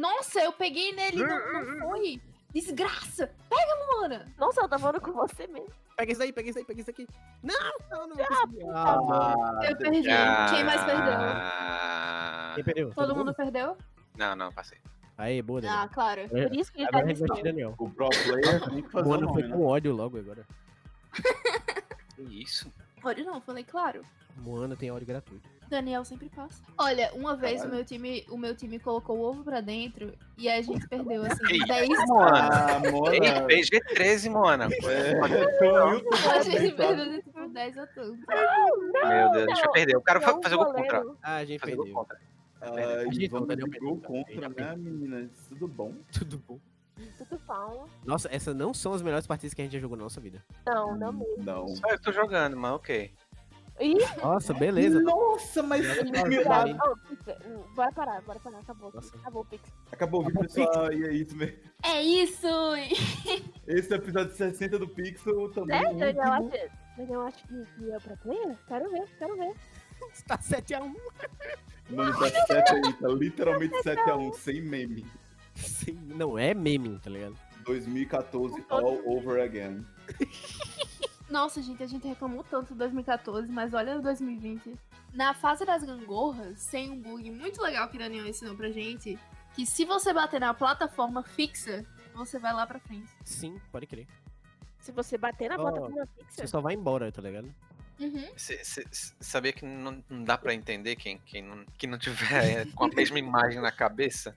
Nossa, eu peguei nele, não, não foi. Desgraça! Pega, Luana! Nossa, eu tô falando com você mesmo. Pega isso daí, pega isso daí, pega isso aqui. Não, não, Ah, não vou Ah, conseguir. Eu perdi. Quem mais perdeu? Ah, Quem perdeu? Todo mundo perdeu? Não, não, passei. Aí, boa, Daniel. Ah, claro. É. Por isso que ele tá Agora a gente nesse vai tirar Daniel. O pro player tem que fazer um Mano, foi nome, né? com ódio logo agora. Que isso? Olha, não, falei claro. Moana tem ódio gratuito. Daniel sempre passa. Olha, uma vez Caralho. o meu time, o meu time colocou o ovo pra dentro e a gente perdeu assim Que isso, 10 Mona? Ah, Ei, Mona. PG-13, Mona. É, tô no YouTube [laughs] a gente também, sabe? perdeu tipo 10 a tanto. Meu Deus, deixa eu perder. Eu quero É fa- Não, é um fazer o gol contra. Ah, a gente Fazer gol perdeu. contra. Ah, A gente e não, vamos Daniel de gol perdeu. contra, né, meninas? Tudo bom? Tudo bom. Tudo Spawn. Nossa, essas não são as melhores partidas que a gente já jogou na nossa [laughs] vida. Não, não mesmo. Não. Só eu tô jogando, mas ok. Ih, Nossa, beleza. Nossa, mas meu cara, lado. ô, Pix, hum, bora parar, bora parar. Acabou, Pix, Nossa. acabou, Pix. Acabou o vídeo, pessoal. E é isso mesmo. É isso! Esse é o episódio 60 do Pixel também. Né, o Daniel último. acha, Daniel acha que, que é pra player? Quero ver, quero ver. Tá 7x1. Mano, tá 7 aí, tá literalmente 7x1, sem meme. Sim, não, é meme, tá ligado? 2014 all over again. Nossa, gente, a gente reclamou tanto de 2014, mas olha 2020. Na fase das gangorras, tem um bug muito legal que o Daniel ensinou pra gente, que se você bater na plataforma fixa, você vai lá pra frente. Sim, pode crer. Se você bater na Ó, plataforma Você Pixel, só vai embora, tá ligado? Uhum. Cê- cê- cê- sabia que não, não dá pra entender quem, quem, não, quem não tiver é, com a mesma imagem na cabeça?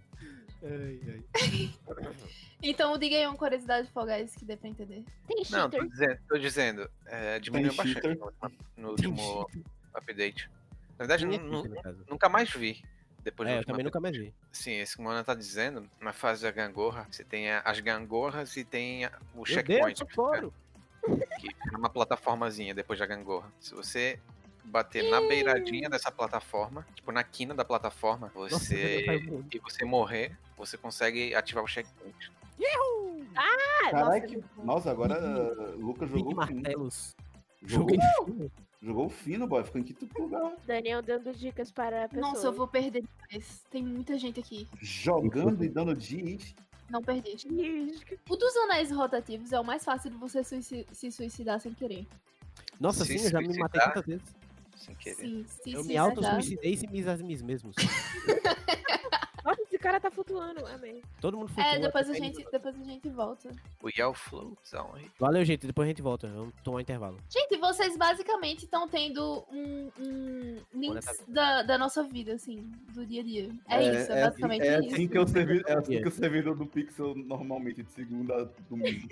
Então diga aí uma curiosidade de Fall Guys que dê pra entender. tem Não, tô cheater. dizendo, tô dizendo é, diminuiu Tem bastante cheater. no, no último update. Na verdade, Tinha nu- nu- Twitter, no caso. nunca mais vi. Depois do assim. É, eu último também update. nunca mais vi. Sim, esse que o Mona tá dizendo, na fase da gangorra, você tem a- as gangorras e tem a- o Meu Deus, checkpoint, eu né, foro! que é uma plataformazinha depois da gangorra. Se você bater na beiradinha dessa plataforma, tipo na quina da plataforma, Nossa, meu Deus, você faz muito. e você morrer, você consegue ativar o checkpoint. Ah, Caraca, nossa, que- É, nossa, agora uh, é Lucas Big né, jogou fino. martelos. Jogou, Joguei jogou fino, boy. Ficou em quinto lugar. Daniel dando dicas para pessoas. Nossa, eu vou perder demais. Tem muita gente aqui. Jogando e dando diz. Não perdi. O dos anéis rotativos é o mais fácil de você suici- se suicidar sem querer. Nossa, Se sim, eu já me matei suicidar. tantas vezes. Sem querer. Sim, se Eu me suicidar. auto-suicidei sem mis- mis mesmos. Nossa, esse cara tá flutuando, amém. Todo mundo É, flutua, depois a, também. gente, depois a gente volta. O Yell Flowzão aí. Valeu, gente. Depois a gente volta. Vamos tomar intervalo. Gente, vocês basicamente estão tendo um, um links da, da nossa vida, assim, do dia a dia. É, isso, é, basicamente assim, é isso. assim que o servi- é assim Yeah. que o servidor do Pixel normalmente, de segunda a [laughs] domingo.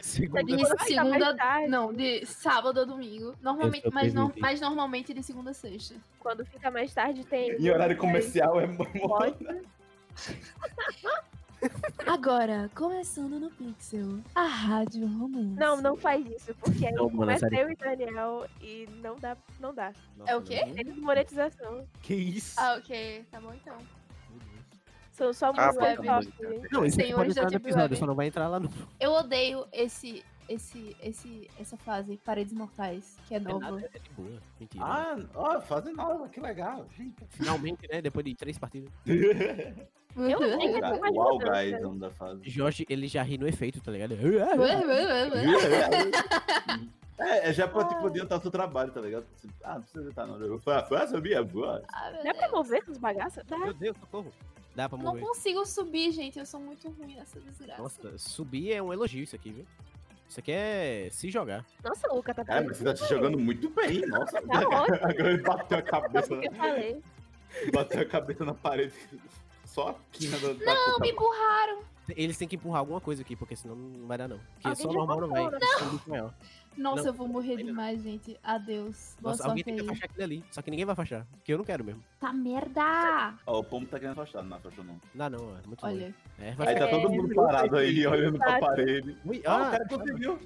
Segunda. Isso. Ai, tá mais segunda- tarde. Não, de sábado a domingo. Normalmente, Eu mas, não, sobrevivi. mas normalmente de segunda a sexta. Quando fica mais tarde tem. Em horário comercial é mó- [laughs] Agora, começando no Pixel, a Rádio Romance. Não, não faz isso, porque aí Não, mano, começa sério. eu e Daniel e não dá, não dá. Nossa, É o quê? não. É desmonetização. Que isso? Ah, ok. Tá bom então. São só Ah, músicas bota web, a pop. música. Não, isso Senhores pode entrar da no Deep episódio, Web. só não vai entrar lá no... Eu odeio esse, esse, esse, essa fase Paredes Mortais, que é É nova. nada, é de boa. Mentira. Ah, ó, fazem nova, que legal. [laughs] Finalmente, né? Depois de três partidas. Uhum. Eu odeio. Ué, Cara, Uau, guys, né? nome da fase. Jorge, ele já ri no efeito, tá ligado? ué, ué, ué. [laughs] É, é já pra tipo, adiantar seu trabalho, tá ligado? Você- Ah, não precisa adiantar não. Eu falo, faça a minha voz. Ah, meu Dá pra Deus. mover essas bagaças? Dá. Meu Deus, socorro. Dá pra Não mover. consigo subir, gente. Eu sou muito ruim nessa desgraça. Nossa, subir é um elogio isso aqui, viu? Isso aqui é se jogar. Nossa, Luca, tá Cara, mas você tá se jogando muito bem, nossa. Tá [laughs] ótimo, Agora ele bateu a sabe cabeça, o que eu falei. bateu a cabeça na parede. Só a quina da, da Não, me empurraram. Eles têm que empurrar alguma coisa aqui, porque senão não vai dar, não. Porque Alguém só já né? normal não vai. comprou, isso é muito maior. Nossa, Não, eu vou morrer ainda não. demais, gente. Adeus. Boa Nossa, sorte alguém tem que aí. afastar aquilo ali. Só que ninguém vai afastar, porque eu não quero mesmo. Tá merda! Ó, o pombo tá querendo afastar, não afastou não. Não, não, é muito longe. Olha, É, vai Aí tá ficar- todo mundo parado aí, olhando pra Tá. parede. Ui, Ah, o ah, cara conseguiu.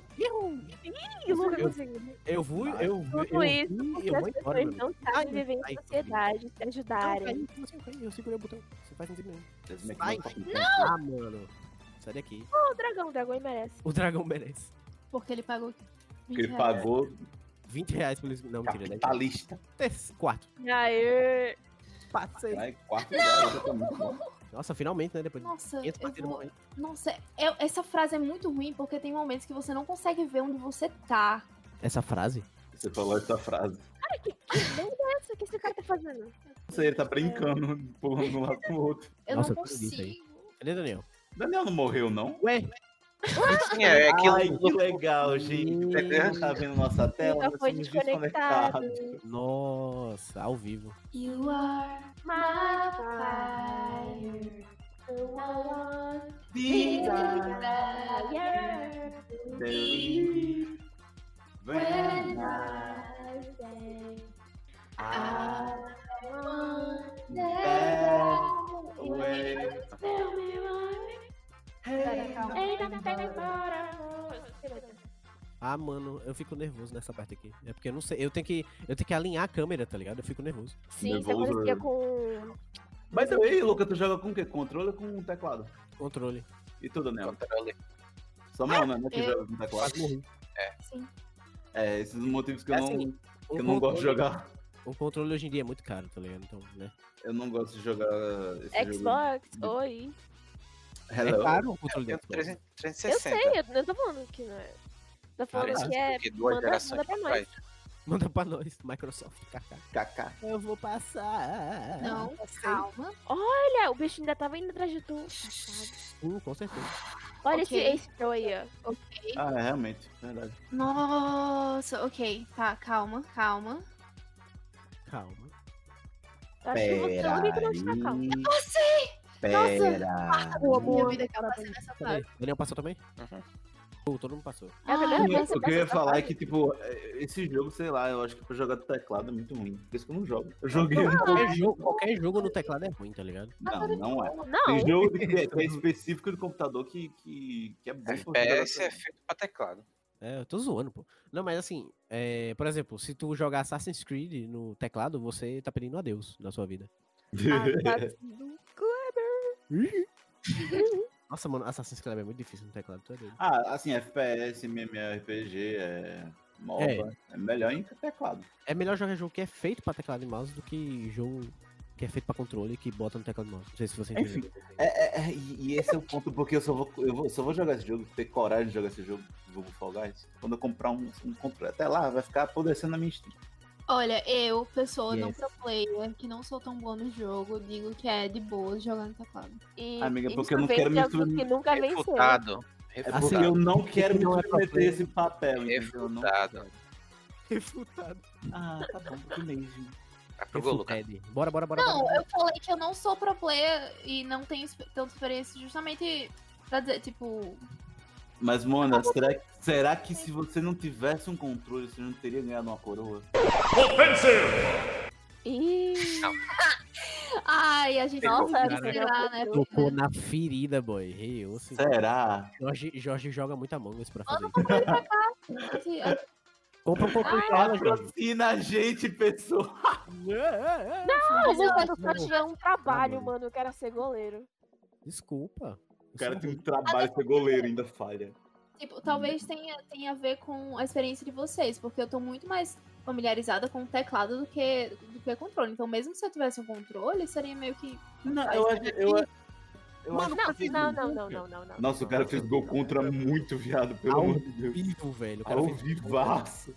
Ih, Luca Eu- conseguiu. eu vou, Vai. eu vou, eu, Tudo isso vi, porque eu as vou embora, pessoas mano. não sabem Ai, viver em ai, ai. sociedade, se Não, ajudarem. caiu, como assim, caiu? Eu segurei o botão. Você faz sentido mesmo. Esse mec Vai. não tá com- Ah, mano. Sai daqui. Ô, dragão, o dragão ele merece. O dragão merece. porque ele pagou. 20 Que ele reais. pagou 20 reais pelo... Não, mentira. né? capitalista. Terce- Quarto. Aê! Passei. Vai, né? quarto lugar, já tá muito bom. Nossa, finalmente, né? Depois de Nossa, 500 eu partidas vou... morrendo. Nossa, eu- essa frase é muito ruim porque tem momentos que você não consegue ver onde você tá. Essa frase? Você falou essa frase. Cara, que, que merda é essa que esse cara tá fazendo? Não sei, ele tá brincando, pulando de um lado pro outro. Eu Nossa, não eu tô feliz aí. consigo. Cadê, Daniel? Daniel não morreu, não? Ué? Sim, [laughs] é aquilo. legal, Entendeu? tá vendo nossa Nunca foi somos desconectado. desconectados. Nossa, ao vivo. You are my fire. desire. Believe when I- É, Hey, tá Ah, mano, eu fico nervoso nessa parte aqui. É porque eu não sei. Eu tenho que, eu tenho que alinhar a câmera, tá ligado? Eu fico nervoso. Sim, isso Devolver. acontecia com. Mas também, Luca, tu joga com o quê? Controle ou com teclado? Controle. E tudo, né? Controle. Só mão, né? né, Que É. eu- joga com teclado. Quase morri. Sim. É, esses são os motivos que eu É não, assim, que eu não gosto de jogar. O controle hoje em dia é muito caro, tá ligado? Então, né? Eu não gosto de jogar esse jogo. É Xbox, oi. É Hello. caro o controle Eu dentro. tenho 300 Eu 360. sei, eu não tô falando que não é. Tô falando que é. porque duas manda- gerações manda pra pra nós. trás. Manda pra nós, Microsoft, kkk. Kaká. Eu vou passar. Não, calma. Olha, o bicho ainda tava indo atrás de tu. Safado. Sim, com certeza. Olha Ok. esse Ace Pro aí, ó. Ok. Ah, é, realmente. Verdade. Nossa, ok. Tá, calma, calma. Calma. Eu acho Tá que é o Luca que não está calmo. Eu sei! Pera. O Minha amor. vida acaba sendo essa Ah, Peraí, fase. Daniel passou também? Uhum. Pô, todo mundo passou. Ah. É a primeira Ai, vez O que eu ia passa falar é pra que, tipo, esse jogo, sei lá, eu acho que pra jogar do teclado é muito ruim. Por isso que eu não jogo. Eu joguei. Qualquer jogo, qualquer jogo no teclado é ruim, tá ligado? Não, não é. frente. Tem Não, jogo que é, que é específico do computador que, que, que é bom. pra jogar FPS é teclado. feito pra teclado. É, eu tô zoando, pô. Não, mas assim, é, por exemplo, se tu jogar Assassin's Creed no teclado, você tá pedindo adeus na sua vida. tá, [laughs] assassino. Nossa, mano, Assassin's Creed é muito difícil no teclado, tu é doido. Ah, assim, FPS, MMORPG, é MOBA. É, melhor em teclado. É melhor jogar jogo que é feito pra teclado e mouse do que jogo que é feito pra controle que bota no teclado e mouse. Não sei se você Enfim, [laughs] entendeu. É, é, é, e e esse é o ponto, porque eu só vou, eu vou- só vou jogar esse jogo, ter coragem de jogar esse jogo, jogo Fall Guys, quando eu comprar um, um controle. Até lá, vai ficar apodrecendo a minha stream. Olha, eu, pessoa não Yes. pro player, que não sou tão boa no jogo, digo que é de boa jogando teclado. E, Amiga, e porque eu não vence quero me alguém é que nunca venceu. Refutado. É Assim, porque Refutado. eu não quero me não é pra submeter a play. esse papel, entendeu? Eu não- Refutado. Refutado. Ah, tá bom, que mesmo. Aprovou, Lucas. Bora, bora, bora. Não, bora. eu falei que eu não sou pro player e não tenho exp- tanta experiência justamente pra dizer, tipo, Mas, Mona, será, que- será que se você não tivesse um controle, você não teria ganhado uma coroa? Ih, ai, a gente Nossa, não sabe, cara. sei lá, né? Tocou na ferida, boy. Hey, eu, assim, Será? Jorge, Jorge joga muito Among Us pra fazer isso. Esse- Compra um pouco de tela, Jorge. É, Patrocina a gente, pessoa! mas eu Não, quero só tiver um trabalho, mano. mano. Eu quero ser goleiro. Desculpa. O cara tem um trabalho, ser goleiro ainda falha. Tipo, talvez tenha, tenha a ver com a experiência de vocês, porque eu tô muito mais familiarizada com o teclado do que do que controle. Então, mesmo se eu tivesse um controle, seria meio que. Não, eu acho. Eu, eu Mano, acho não, que- não, não, não, não, não, não. Nossa, o cara fez gol contra muito, viado, pelo Ao amor de Deus. Vivo, velho. O cara um Ao fez- vivaço.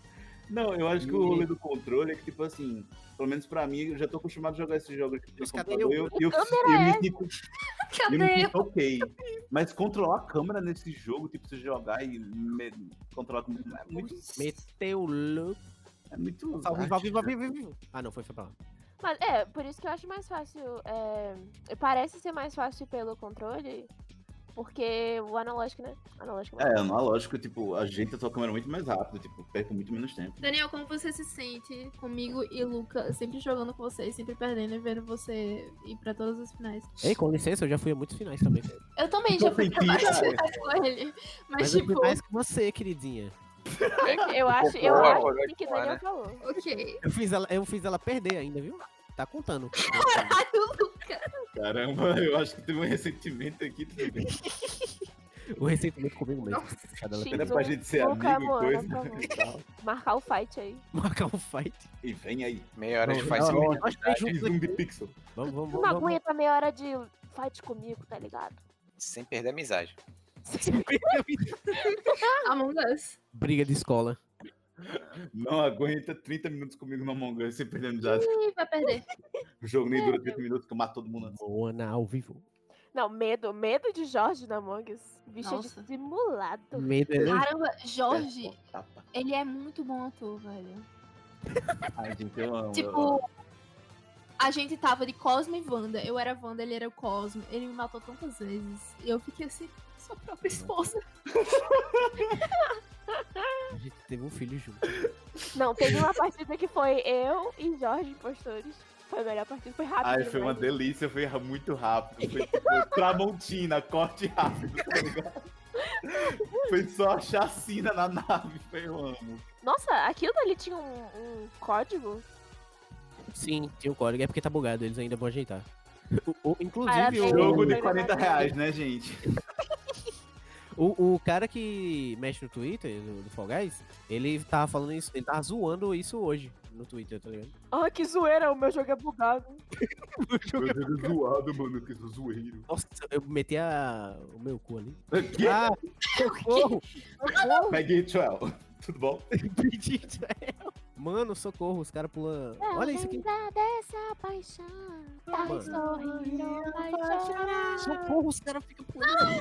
Não, eu acho que o rolê do controle é que, tipo assim, pelo menos pra mim, eu já tô acostumado a jogar esse jogo aqui pelo Mas cadê computador. o- é? Eu, eu, eu, câmera [laughs] me sinto, eu me sinto ok. Mas controlar a câmera nesse jogo, tipo, você jogar e me- controlar com... É muito... Meteu louco. Ah, É muito Ao vivo, ao vivo, ao vivo, ao vivo. Ah, não, foi, foi pra lá. Mas é, por isso que eu acho mais fácil. é, Parece ser mais fácil pelo controle. Porque o analógico, né? Analógico. É, analógico, tipo, ajeita a tua câmera muito mais rápido, tipo, perco muito menos tempo. Daniel, como você se sente comigo e Luca, sempre jogando com vocês, sempre perdendo e vendo você ir pra todas as finais? Ei, com licença, eu já fui a muitos finais também. Eu também Tô já fui pra sentindo, várias cara. finais com ele. Mas, Mas eu fui tipo, mais que você, queridinha. É, Eu acho, eu Boa, acho boa, que o que o boa, Daniel né? falou. ok. Eu fiz ela, eu fiz ela perder ainda, viu? Tá contando. Ai, o Luca. Caramba, [laughs] eu acho que teve um ressentimento aqui [laughs] também. o ressentimento comigo mesmo. né? Cada ela Sim. perder. Era é pra gente ser Colocar amigo e amor, coisa por favor. e tal. Marcar o fight aí. Marcar um fight. E vem aí. Meia hora de Não, faz não, isso. não, nós três Fiz juntos um de aqui. pixel. Vamos, vamos, Tu não vamos. vamos. aguenta meia hora de fight comigo, tá ligado? [laughs] sem perder a amizade. Among Us. Briga de escola. Não aguenta 30 minutos comigo no Among Us, você perdendo já. Ih, vai perder. O jogo nem dura 30 minutos que eu mato todo mundo antes. Moana ao vivo. Não, medo. Medo de Jorge na Among Us. Bicho é Nossa. dissimulado. Medo é Caramba, Jorge, É, tapa. ele é muito bom ator, velho. Ai, gente, eu amo. eu amo. Tipo, a gente tava de Cosmo e Wanda. Eu era Wanda, ele era o Cosmo. Ele me matou tantas vezes. E eu fiquei assim, sua própria esposa. A gente teve um filho junto. Não, teve uma partida que foi eu e Jorge impostores. Foi a melhor partida, foi rápido. Ai, foi uma [laughs] demais. delícia, foi muito rápido. Foi tipo, Tramontina, corte rápido. Foi só a chacina na nave, foi eu amo. Nossa, aquilo ali tinha um, um código. Sim, tem o código. É porque tá bugado, eles ainda vão ajeitar. O- o- inclusive, Parabéns. Jogo o, de 40 reais, né, gente? o, o cara que mexe no Twitter, do, do Fall Guys, ele tava falando isso, ele tava zoando isso hoje no Twitter, tá ligado? Ah, que zoeira, o meu jogo é bugado. é Jogo zoado, mano, que zoeiro. Nossa, eu meti a, o meu cu ali. Que? Ah, socorro! [laughs] socorro! Peguei 12. [laughs] Tudo bom? Bendito é. Mano, socorro, os caras pulam. Olha isso aqui. dessa paixão. Tá Mano. sorrindo, vai chorar. Socorro, os caras ficam pulando.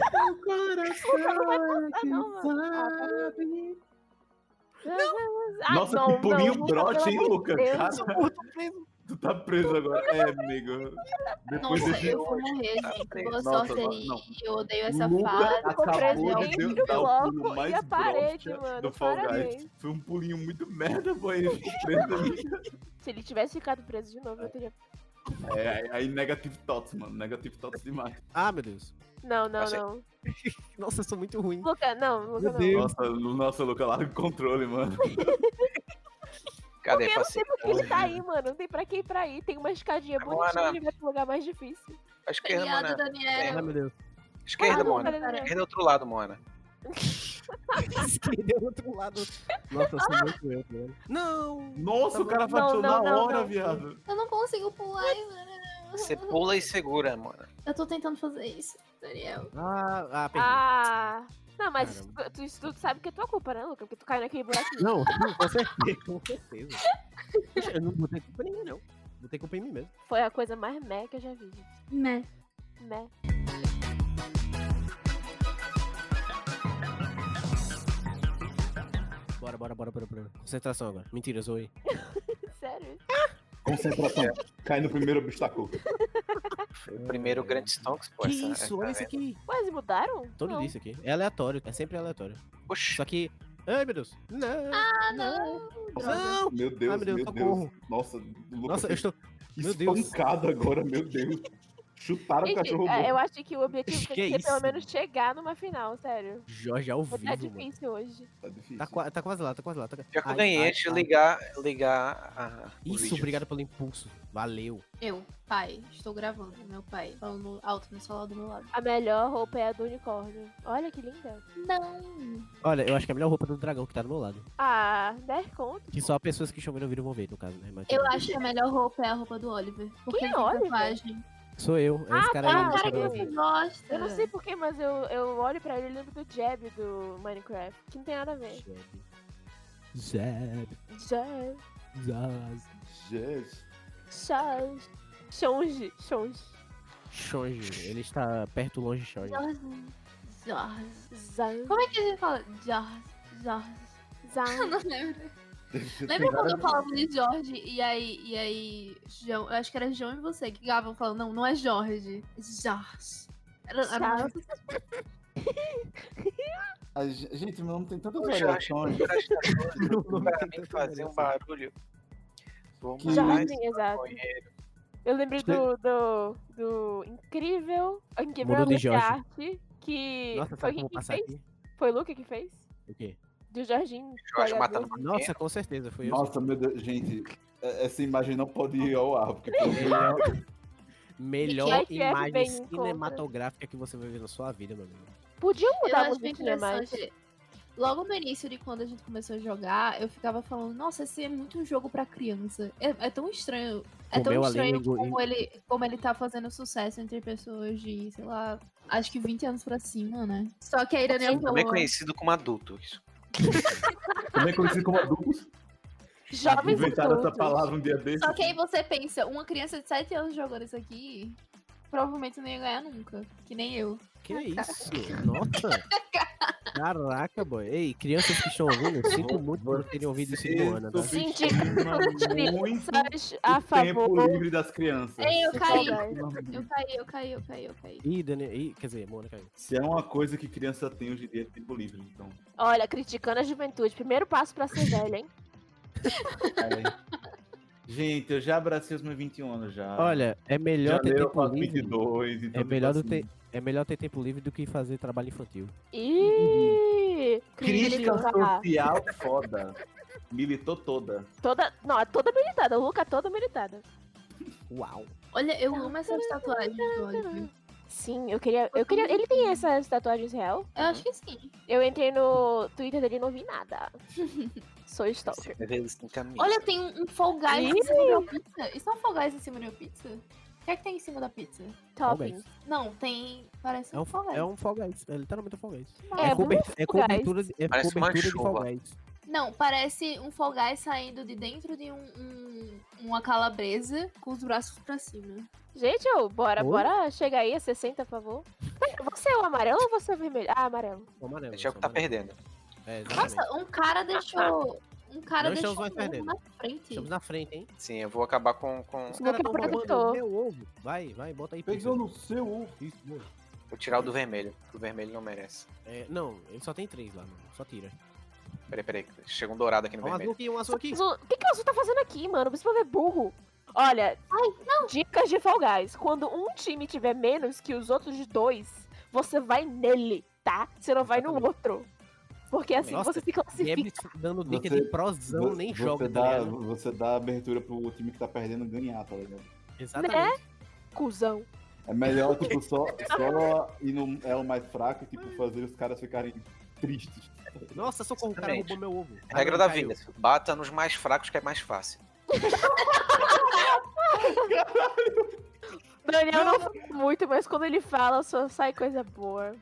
Ah, não, mano. Ah, Nossa, não, que pulinho não, Lucas, broche, hein, pelo amor Luca? de Deus. Cara, Ah, Socorro, tô preso. tu tá preso agora. É, amigo. Depois Nossa, desse eu vou morrer, gente. Boa Nossa, sorte aí. não. Eu odeio essa Luca fase. ficou preso acabou de entre ter- o dar o bloco pulo e mais a parede, brocha mano, do Fall Guys. parabéns. Foi um pulinho muito merda, boy. Ele ficou preso ali. Se ele tivesse ficado preso de novo, eu teria. [laughs] É, aí- aí negative thoughts, mano. Negative thoughts demais. Ah, meu Deus. Não, não, Passei. não. Nossa, eu sou muito ruim. Luca, não, Luca, Meu não. Deus. Nossa, nossa, Luca, larga o controle, mano. Cadê, Porque eu não passei? sei porque ele tá aí, mano. Não tem pra que ir pra aí. Tem uma escadinha Agora- bonitinha, ele vai pro lugar mais difícil. Tá A esquerda, Obrigada, Mona. Ah, Daniel. meu Deus. Esquerda, Ah, não, Mona. pera, pera. Esquerda é do outro lado, Mona. Esquerda do outro lado. Nossa, eu sou muito eu, velho. Não! Nossa, o cara Não, fatiou na não, não, hora, não. viado. Eu não consigo pular. ai, mano. Você Uhum. pula e segura, Mona. Eu tô tentando fazer isso, Daniel. Ah, ah, perdi. Ah. Não, mas isso, Caramba. tu- isso tudo sabe que é tua culpa, né, Luca? Porque tu caiu naquele buraquinho. Não, não, com certeza, com certeza. Poxa, Eu não botei culpa em ninguém, não. Botei culpa em mim mesmo. Foi a coisa mais meh que eu já vi, gente. Né? Meh. Bora, bora, bora, bora, bora. Concentração agora. Mentira, zoei. Sério. Concentração. Cai no primeiro obstáculo. O primeiro Grand Stonks, pô. É. que essa- isso? essa- Olha isso aqui. Ué, eles mudaram? Todo não. isso aqui. É aleatório, é sempre aleatório. Oxi, Só que. Ai, meu Deus. Não! Ah, não. não! Ah, Meu Deus, Ai, meu Deus, meu socorro. Deus. Nossa, Luca, Nossa, eu foi estou. Meu Deus. espancado agora, meu Deus. Chutaram o Gente, cachorro é, morto. eu acho que o objetivo Que é tem que ser pelo isso? menos chegar numa final, sério. Jorge ao Vai tá vivo, mano. difícil hoje. Tá difícil. Tá, qua- tá quase lá, tá quase lá. Tá... já que eu Ai, ganhei, ai, deixa eu ai. ligar, ligar a. o Isso, vídeo. obrigado pelo impulso. Valeu. Eu, pai, estou gravando. Meu pai falando alto no celular do meu lado. A melhor roupa é a do unicórnio. Olha que linda. Não. Olha, eu acho que é a melhor roupa do dragão que tá do meu lado. Ah, 10 conto. Que só pessoas que choveram viram vão ver, no caso, né? Mas Eu acho que a melhor roupa é a roupa do Oliver. Porque Quem ele é tem Oliver? tatuagem. Sou eu. É esse cara tá, aí. É Ah, um que cara que chorou você aqui. gosta. Eu É. não sei porquê, mas eu, eu olho pra ele e lembro do Jeb do Minecraft. Que não tem nada a ver. Zeb, Jeb, Zaz, Gente. Shaz, Shonji, Shonji, Shonji. Ele está perto, longe, Shonji. Jorge. Jorge. Zan, Como é que a gente fala? Jorge. Jorge. [laughs] Eu Zan. não lembro. Lembra quando eu falava de Jorge e aí, e aí João, eu acho que era João e você que ligavam falando, não, não é Jorge, é Jorge. Era, era uma- Jorge. A gen- gente, meu nome tem tantas Poxa, eu acho variações. que [laughs] presta Não, não atenção pra tem mim tanta fazer um variação. barulho. Vamos Que- lá, Jardim, exato. banheiro. Eu lembrei do, do, do incrível, incrível Muro de Luke Jorge. Arte, que Nossa, foi sabe quem como que passar fez? aqui? Foi o Luke que fez? O quê? Do Jorginho. Jorge PHD. matando maconheiro. Nossa, com certeza, foi eu. Nossa, meu Deus, gente. é- Essa imagem não pode ir ao ar, [laughs] porque pelo Melhor, melhor Vai que é imagem bem em conta. cinematográfica que você vai ver na sua vida, meu amigo. Podiam Eu mudar a acho bem musiquinha mais. interessante. Logo no início de quando a gente começou a jogar, eu ficava falando, nossa, esse é muito um jogo pra criança. É, é tão estranho. É Comeu tão a estranho língua, como ele, como ele tá fazendo sucesso entre pessoas de, sei lá, acho que 20 anos pra cima, né? Só que aí Daniel falou. Também é conhecido como adulto. Isso. Também conhecido como adultos. Jovens Inventaram essa adultos. [laughs] palavra um dia desses. Só que aí você pensa, uma criança de 7 anos jogando isso aqui, provavelmente não ia ganhar nunca. Que nem eu. [laughs] Que isso? Nossa! Caraca, boy. Ei, crianças que estão ouvindo, sinto muito por terem ouvido isso do Ana, tá? Sim, Gente, [laughs] muito Crianças a o tempo favor. livre das crianças. Ei, É eu caí. Pelo Hum. Eu caí, eu caí, eu caí, eu caí. Ih, Daniel, ih, quer dizer, Mônica. aí. Se é uma coisa que criança tem hoje em dia, é tempo livre. Então, Olha, criticando a juventude. Primeiro passo pra ser velha, hein? Gente, eu já abracei os meus 21 anos já. Ah, Olha, é melhor ter Janeiro eu tempo faço livre. 22, então É tipo melhor, do assim, ter, É melhor ter tempo livre do que fazer trabalho infantil. Ih! Uhum. Crítica Crítica. Tá. social foda. Militou toda. Toda, não, é toda militada. O Luca é toda militada. Uau. Olha, eu amo essas tatuagens do Oliver. Sim, eu queria, eu queria. Ele tem essas tatuagens real? Eu acho que sim. Eu entrei no Twitter dele e não [laughs] vi nada. Sou stalker. Às vezes tem camisa. Olha, tem um, um Fall Guys em cima de uma pizza. Isso é um Fall Guys em cima de uma pizza? O que é que tem em cima da pizza? Topping. Não, tem. Parece um, É um, Fall Guys. é um Fall Guys. É literalmente um Fall Guys. É, É, vamos cober- é Fall Guys. cobertura, de, é Parece uma cobertura de Fall chuva. Guys. Não, parece um Fall Guys saindo de dentro de um, um- uma calabresa com os braços pra cima. Gente, ô, bora, Oi? bora chegar aí a 60, por favor. Mas Você é o amarelo ou você é o vermelho? Ah, amarelo. O amarelo, Esse é o que o tá amarelo. perdendo. É, exatamente. Nossa, um cara deixou. Um cara Não deixou estamos mais um perdendo. na frente. Estamos na frente, hein? Sim, eu vou acabar com, com... Os Luca caras tão roubando protetor. o meu ovo. Vai, vai, bota aí. Pegou Pedro. no seu ovo. Isso, boa. Vou tirar o do vermelho, que o vermelho não merece. É, não, ele só tem três lá, mano. Só tira. Peraí, peraí, chega um dourado aqui no Um azul Tá vermelho. aqui, um azul aqui. Azul- O que, que o Azul tá fazendo aqui, mano? Precisa ver burro. Olha, dicas de Fall Guys. Quando um time tiver menos que os outros dois, você vai nele, tá? Você não vai no Exatamente. outro. Porque assim Nossa, você se Debs classifica. é dando dica Você- de prosão, Vo- nem você joga. tá Dá, ligado? você dá abertura pro time que tá perdendo ganhar, tá ligado? Exatamente. Cusão. É melhor, tipo, só, só ir no elo mais fraco, tipo, fazer os caras ficarem tristes. Nossa, socorro, o cara Exatamente. É roubou meu ovo. Ah, Regra não, da caiu. vida, bata nos mais fracos que é mais fácil. Daniel não fala muito, mas quando ele fala, só sai coisa boa.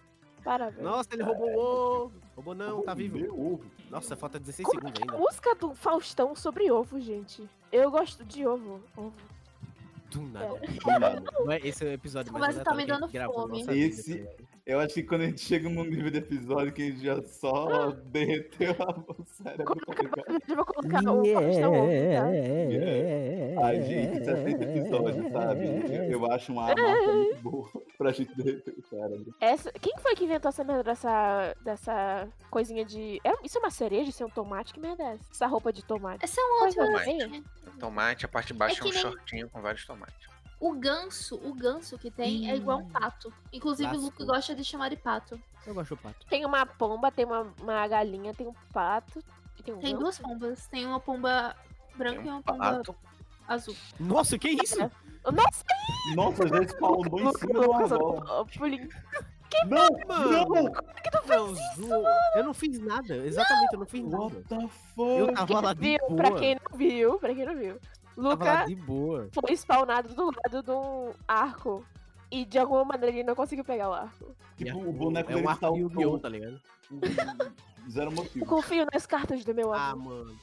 Parabéns. Nossa, ele roubou o ovo. Roubou não, tá vivo. Meu ovo. Nossa, falta 16 Como segundos é que é a ainda. música do Faustão sobre ovo, gente? Eu gosto de ovo. [laughs] ovo. é? Do nada. Do nada. Não é- Esse é o episódio Essa mais conversa tá me aleatório que a gente dando gravou na fome. nossa vida, Esse- tá ligado? Eu acho que quando a gente chega num nível de episódio que a gente já só derreteu a o cérebro, tá ligado? Eu vou colocar o tá é, Faustão ovo, tá? A gente, tá 60 episódios, sabe? Eu, eu acho uma marca muito boa [laughs] pra gente né? derreter o cérebro. Essa- Quem foi que inventou essa merda dessa, dessa coisinha de... É- Isso é uma cereja? Isso é um tomate? Que merda é essa? Essa roupa de tomate. Essa é uma Coisa ótima. feia. ideia. Tomate, a parte de baixo É é, que um nem- shortinho com vários tomates. O ganso, o ganso que tem é igual um pato. Inclusive, o Luke Hum. Lascou. gosta de chamar de pato. Eu gosto do pato. Tem uma pomba, tem uma, uma galinha, tem um pato... e Tem, um Tem ganso. duas pombas. Tem uma pomba branca e Tem um uma pomba pato. azul. Nossa, que isso? Nossa, Nossa, já spawnou em Lucas, cima do Lucas, avó. ó, pulinho. Não, Mano, não! não, zoou. Eu não fiz nada. Exatamente, eu não fiz nada. What the Eu fuck? tava lá de Viu? boa. Pra quem não viu, pra quem não viu. Tava lá Luca de boa. foi spawnado do lado de um arco. E de alguma maneira ele não conseguiu pegar o arco. Tipo, o boneco é dele um tá arco Yu-Gi-Oh, o tá ligado? [laughs] Zero Eu motivo. confio nas cartas do meu Ah, avô. mano.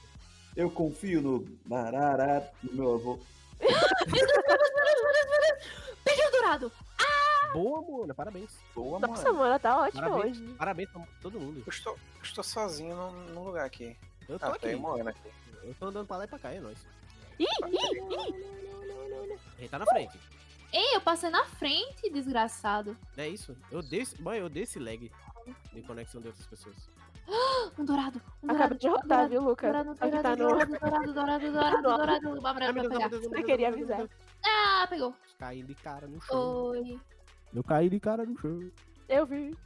Eu confio no barará do meu avô. Pediu dourado! Boa, mano. Parabéns. Boa, Nossa, mano, ela tá ótima Parabéns. hoje. Parabéns pra todo mundo. Eu estou, eu estou sozinho num, num lugar aqui. Eu tô Ah, aqui. tem Moana aqui. Eu tô andando pra lá e pra cá, é nóis. Ih, ih, Ele tá na frente. Ei, eu passei na frente, desgraçado. Não é isso? Eu odeio esse... Mãe, eu odeio esse lag de conexão de outras pessoas. Um dourado, um dourado. acaba de rodar, viu, Luca? Dourado, Só que dourado, tá no... dourado, dourado, um dourado, dourado, Tá no- dourado, um Ai, dourado, meu Deus, pegar. meu Deus, meu Deus, Eu queria meu Deus, meu avisar. Deus. Ah, pegou. um Caí de cara no chão. Oi. Eu caí de cara no chão. Eu vi.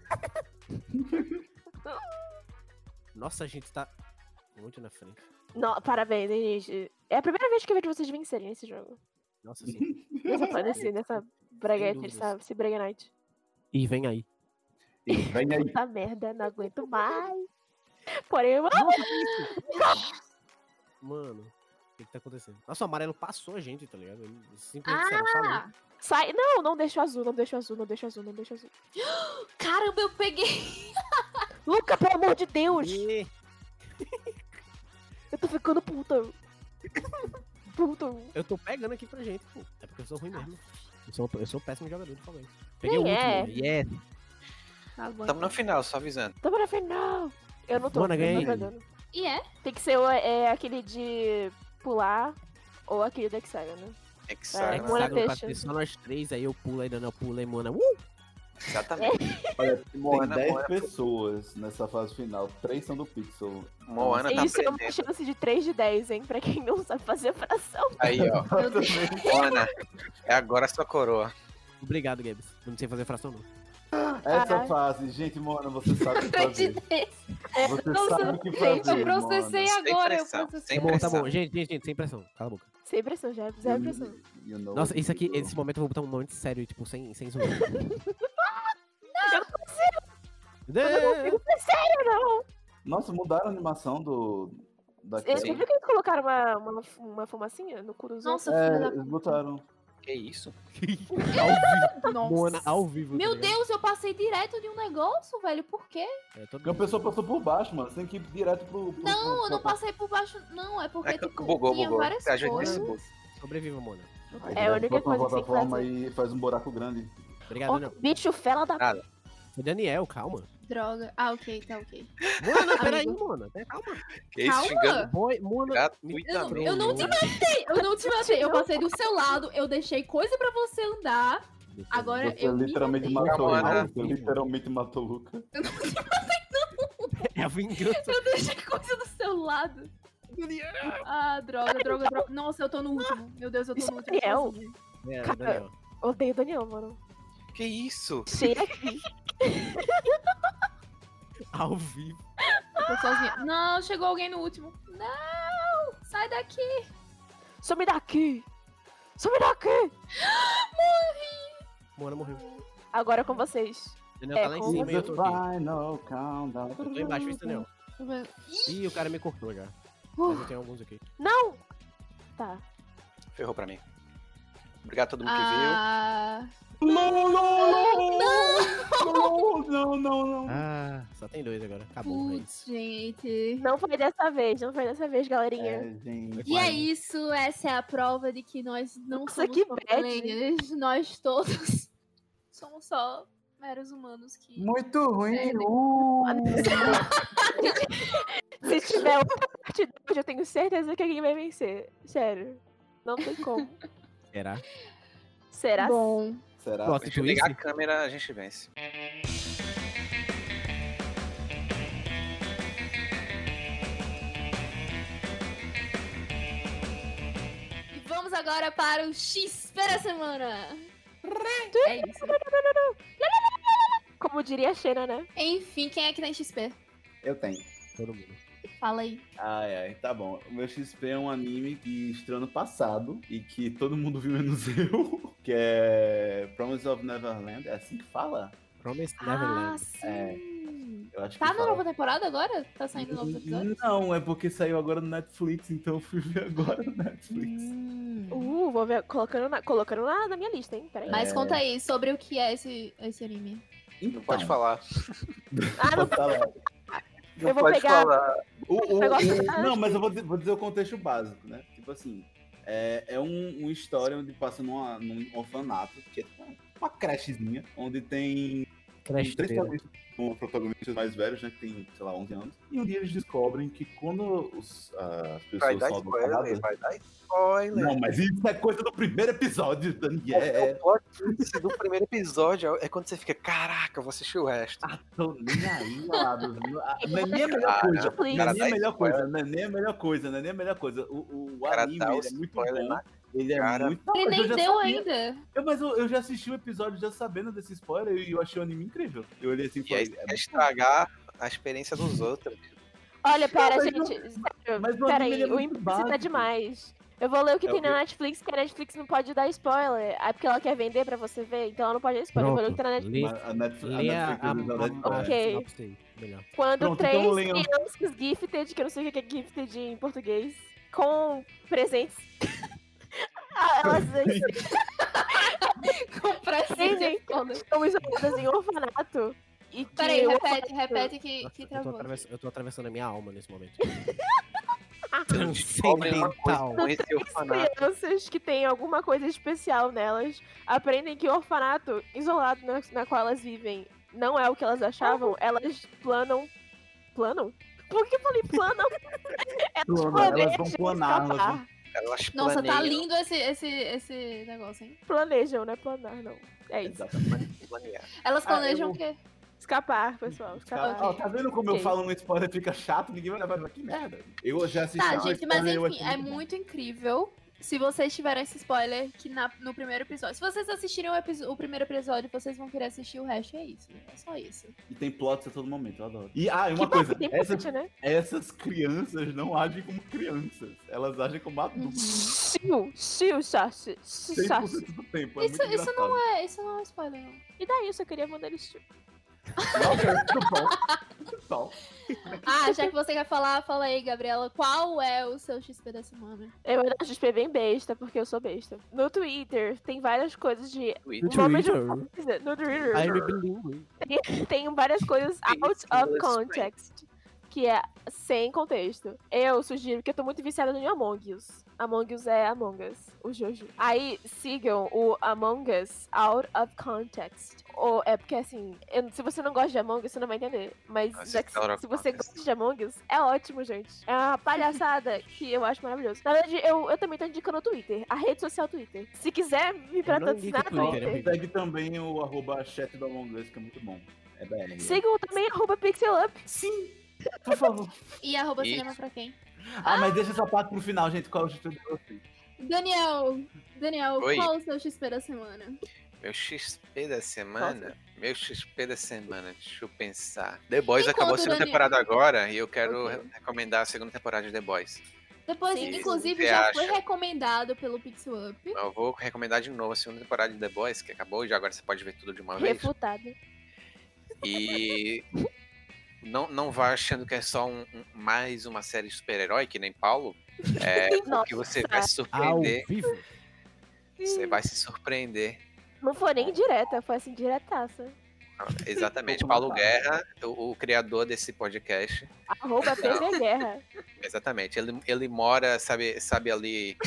Nossa, a gente tá muito na frente. Não, parabéns, hein, gente. É a primeira vez que eu vejo vocês vencerem esse jogo. né, Nossa, sim. Nessa, nesse, nessa breguete, dúvidas. essa, esse brega night. E vem aí. E Vem [laughs] aí. Puta merda, não aguento mais. Porém, eu Mano, o que, que tá acontecendo? Nossa, o amarelo passou a gente, tá ligado? Ele Simplesmente disseram, falou. Ah, Sai. Não, não deixa o azul, não deixa o azul, não deixa o azul, não deixa o azul. caramba, eu peguei. Luca, pelo amor de Deus! E... Eu tô ficando puta. Puta. Eu tô pegando aqui pra gente, pô. É porque eu sou ruim mesmo. Eu sou, eu sou um péssimo jogador de Flamengo. Peguei o Nem último. é. mano. Yes. Tá Estamos é. no final, só avisando. Tamo na final. Eu não tô. Mano, eu ganhei. tô jogando. E é? Tem que ser ou é, aquele de pular ou aquele né? do hexágono. É Hexágono. Moana Hexágono pra deixa. ter só nós três, aí eu pulo, aí Daniel pula, aí Mona. Uh! Exatamente. Olha, tem né? Moana, 10 Moana. pessoas nessa fase final. Três são do Pixel. Moana tá Isso é uma aprendendo. chance de 3 de 10, hein? Pra quem não sabe fazer fração. Aí, ó. Moana, é agora a sua coroa. Obrigado, Gabs. Não sei fazer fração, não. Essa fase, gente, Mona, você sabe tá o que fazer. Você Nossa, sabe o que gente, fazer. Eu processei Sem agora, eu pressão, Tá processei. sem bom, tá pressão. bom. Gente, gente, gente, sem pressão. Cala a boca. Sem pressão, assim, já é Mona. zero pressão. You know Nossa, what isso aqui, to do. esse momento eu vou botar um momento sério, tipo, sem, sem zoom. Eu não Não! consigo ser sério, não. Nossa, mudaram a animação do. Da Você Sim. viu que eles colocaram uma, uma, uma fumacinha no cu dos Nossa, É, filho eles botaram. Que isso? [laughs] da... Nossa. Mona ao vivo. Meu tá ligado? Deus, eu passei direto de um negócio, velho. Por quê? É, todo Porque a mundo- pessoa passou por baixo, mano. Você tem que ir direto pro. pro- Não, pro- eu não pro- passei por baixo. Não, é porque É que tipo, bugou, tinha bugou. várias A gente coisas. disse bugou. Sobreviva, Mona. Aí É direto a pra única coisa que tem que plataforma fazer. e faz um buraco grande. Obrigado, Ó, não. bicho fela da. Nada. Foi Daniel, calma. Droga. Ah, ok, tá ok. Mona, não, peraí, Amigo. Mona. Pera- Calma. Que isso? Calma. Xingando Boy, Mona. Eu, gratuitamente. eu não te matei, eu não te matei. Eu passei do seu lado, eu deixei coisa pra você andar. Agora Você eu me literalmente matei. matou o Mona. Lucas. Você literalmente matou o Lucas. É a [laughs] vingança. Eu deixei coisa do seu lado. Ah, droga, droga, droga. Nossa, eu tô no último. Meu Deus, eu tô Isso no é último. Daniel? sozinha. É, Cara, Daniel. Odeio o Daniel, mano. Que isso? Chega aqui. Ao vivo. Eu tô sozinha. Não, chegou alguém no último. Não! Sai daqui! Some daqui! Some daqui! Mona morreu. Agora é com vocês. Daniel É, tá lá em como cima e eu Is tô the aqui. final countdown. Eu tô embaixo, viu, Daniel? Ih, o cara me cortou já. Mas eu tenho alguns aqui. Não! Tá. Ferrou pra mim. Obrigado a todo mundo que viu. Ah, Não, não, não! Não, não, não, não. Ah, só tem dois agora. Acabou, é putz, isso. gente. Não foi dessa vez, não foi dessa vez, galerinha. É, gente. E é isso, essa é a prova de que nós não Nossa, somos que formilengas. Nós todos [laughs] somos só meros humanos que. Muito ruim. [laughs] Uh! Se tiver outra parte dois, eu tenho certeza que alguém vai vencer. Sério. Não tem como. Será? Será? Bom, Será? Nossa, Se ligar a câmera, a gente vence. e vamos agora para o X para a semana. É isso. Como diria a Xena, né? Enfim, quem é que tem XP? Eu tenho. Todo mundo. Fala aí. Ai, ai, tá bom. O meu XP é um anime que estreou no passado e que todo mundo viu menos [laughs] eu, que é Promise of Neverland. É assim que fala? Promise Ah, Neverland. sim. Eu acho Tá que na fala. nova temporada agora? Tá saindo novos episódios? Não, é porque saiu agora no Netflix, então eu fui ver agora no Netflix. Hum. Uh, vou ver. Colocando na, colocando na, na minha lista, hein? Peraí. Mas conta aí sobre o que é esse, esse anime. Então, Pode falar. Ah, não. tá lá. Eu vou Pode pegar. falar. O- o- o- negócio- não, mas eu vou, di- vou dizer o contexto básico, né? Tipo assim, é, é um, uma história onde passa numa, num orfanato, que é tipo uma- uma crechezinha, onde tem Crash três Trail. protagonistas, com protagonistas mais velhos, né? Que tem, sei lá, 11 anos. E um dia eles descobrem que quando os, ah, as Vai pessoas dar são spoiler, adotadas... vai dar spoiler. Não, mas isso é coisa do primeiro episódio, Daniel. O plot twist do primeiro episódio é quando você fica, caraca, eu vou assistir o resto. [laughs] Tô nem aí, malado. Não é nem a melhor Cara, coisa. Please. Não é cara, nem a dá melhor spoiler. coisa, não é nem a melhor coisa, não é nem a melhor coisa. O, o Cara, anime dá o ele é muito spoiler bom. na Ele é cara. muito. Não, Ele mas eu nem já deu sabia. ainda. Eu, mas eu, eu já assisti o episódio já sabendo desse spoiler e eu achei o anime incrível. Eu olhei assim e E falei. aí você é quer estragar a experiência dos outros. Olha, pera, mas não- gente. Sério, mas o anime, pera aí, ele é o muito implícito tá básico. demais. Eu vou ler o que É o tem na quê? Netflix, porque a Netflix não pode dar spoiler. Ah, porque ela quer vender pra você ver, então ela não pode dar spoiler. Eu vou ler o que tá na Netflix. Lê, A, a Netflix, lê a, é a, a Netflix usa a, a, spoiler. Ok. sinopse aí, melhor. Quando Pronto, três então leia. crianças gifted, que eu não sei o que é gifted em português, com presentes. [laughs] Ah, Elas Comprar entendem que estão isoladas em um orfanato. E que Peraí, o repete, repete que, Nossa, que eu, tô travou. atravess- eu tô atravessando a minha alma nesse momento. Descobrem então. uma coisa Transcendental. com esse orfanato. crianças que têm alguma coisa especial nelas aprendem que o orfanato isolado na, na qual elas vivem não é o que elas achavam, elas planam. Planam? Por que eu falei planam? elas, Planam, planejam elas vão planar, elas vão- escapar. Elas Nossa, tá planeiam- lindo esse, esse, esse negócio, hein? Planejam, não é planar, não. É isso. Exatamente. planear. Elas Ah, eu planejam vou- o quê? Escapar, pessoal. Escapar. Ó, tá vendo como eu Ok. falo um spoiler fica chato? Ninguém vai levar. Que merda. Eu já assisti. Tá, um gente, mas spoiler e eu enfim, achei é bom. muito incrível. Se vocês tiveram esse spoiler que na- no primeiro episódio. Se vocês assistirem o, episo- o primeiro episódio, vocês vão querer assistir o resto. É isso. É só isso. E tem plots a todo momento, eu adoro. E, ah, e uma que coisa, tem essa- bastante, né? essas crianças não agem como crianças. Elas agem como adultos Chiu, chiu, chachi, chiu, chachi. 100% do tempo. É isso, muito isso não engraçado. é, isso não é um spoiler, não. [laughs] E daí eu só queria mandar ele chiu. é- Não, é muito bom. Muito [laughs] bom. Ah, já que você quer falar, fala aí, Gabriela. Qual é o seu XP da semana? Eu era XP bem besta, porque eu sou besta. No Twitter tem várias coisas de. Twitter. No Um homem de Twitter? uma coisa. No Aí Twitter me bilingue. tem várias coisas Tem out of inglês, context. Que é sem contexto. Eu sugiro, porque eu tô muito viciada no Among Us. Among Us é Among Us, o Jojo. Aí sigam o Among Us Out of Context. Ou é porque assim, eu- se você não gosta de Among Us, você não vai entender. Mas Nossa, já que- Out of se você Context. gosta de Among Us, é ótimo, gente. É uma palhaçada [laughs] que eu acho maravilhoso. Na verdade, eu, eu também tô indicando o Twitter, a rede social Twitter. Se quiser me patrocinar, indico o Twitter, é Twitter. amigo. Segue também o arroba chat do Among Us, que é muito bom. É BR. Sigam também arroba pixelup. Sim, por favor. E arroba Isso. cinema pra quem? Ah, mas deixa essa parte pro final, gente. Qual é o jeito de vocês? Daniel, Daniel, Oi. qual o seu XP da semana? Meu XP da semana? Meu XP da semana, deixa eu pensar. The Boys Enquanto acabou a segunda Daniel- temporada agora e eu quero Ok. re- recomendar a segunda temporada de The Boys. Depois, Sim, inclusive, você já acha? foi recomendado pelo Pixel Up. Eu vou recomendar de novo a segunda temporada de The Boys, que acabou e já agora você pode ver tudo de uma vez. Refutada. E não, não vá achando que é só um- um- mais uma série de super-herói, que nem Paulo. É, porque você vai se Ao surpreender. vivo. Você vai se surpreender. Não foi nem direta, foi assim, diretaça. Exatamente. Vou Paulo matar. Guerra, o, o criador desse podcast. Arroba PV Guerra. Exatamente. Ele, ele mora, sabe, sabe ali.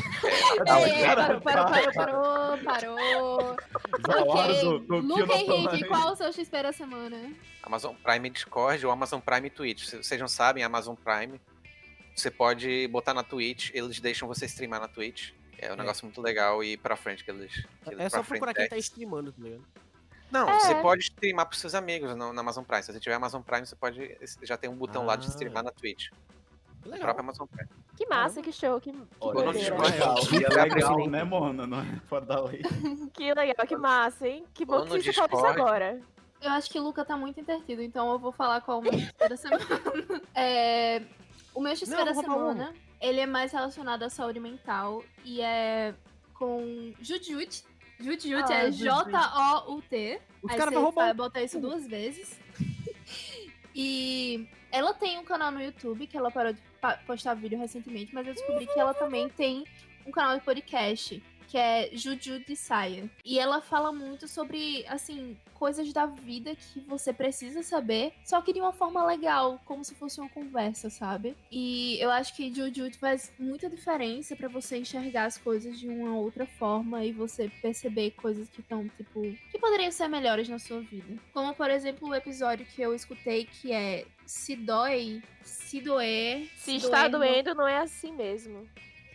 Não, Ei, ei, cara, É, parou, parou, para. parou, parou, parou. Zalazo, Ok. Tokyo Luca Henrique, Notamani. qual o seu XP da semana? Amazon Prime Discord ou Amazon Prime Twitch. Se vocês não sabem, Amazon Prime, você pode botar na Twitch, eles deixam você streamar na Twitch. É um É. negócio muito legal e pra frente que eles. que eles- É só pra frente procurar quem tá deles. streamando, tá ligado? Não, É. você pode streamar pros seus amigos no- na Amazon Prime. Se você tiver Amazon Prime, você pode. Já tem um botão lá de Ah. streamar na Twitch. O Legal. próprio Amazon Prime. Que massa, que show, que, que, Olha, Não, é doideira. não, não. legal, e é legal, né, Mona? Não é fora da lei. que legal, que massa, hein? Que bom Falando que no você falou isso Discord. agora. Eu acho que o Luca tá muito entretido, então eu vou falar qual o meu XP da semana. [laughs] É, o meu XP Não, da vou um. roubar semana, ele é mais relacionado à saúde mental e é com Jujut. Jujut Ah, é Jujut. J-O-U-T. Os Aí caras você vão vai roubar. um botar isso duas vezes. [laughs] E ela tem um canal no YouTube que ela parou de pa- postar vídeo recentemente, mas eu descobri que ela também tem um canal de podcast que é Juju de Saia. E ela fala muito sobre, assim, coisas da vida que você precisa saber, só que de uma forma legal, como se fosse uma conversa, sabe? E eu acho que Juju faz muita diferença pra você enxergar as coisas de uma outra forma e você perceber coisas que estão, tipo, que poderiam ser melhores na sua vida. Como, por exemplo, o episódio que eu escutei que é Se dói, se doer. Se está doer, não doendo, não é assim mesmo.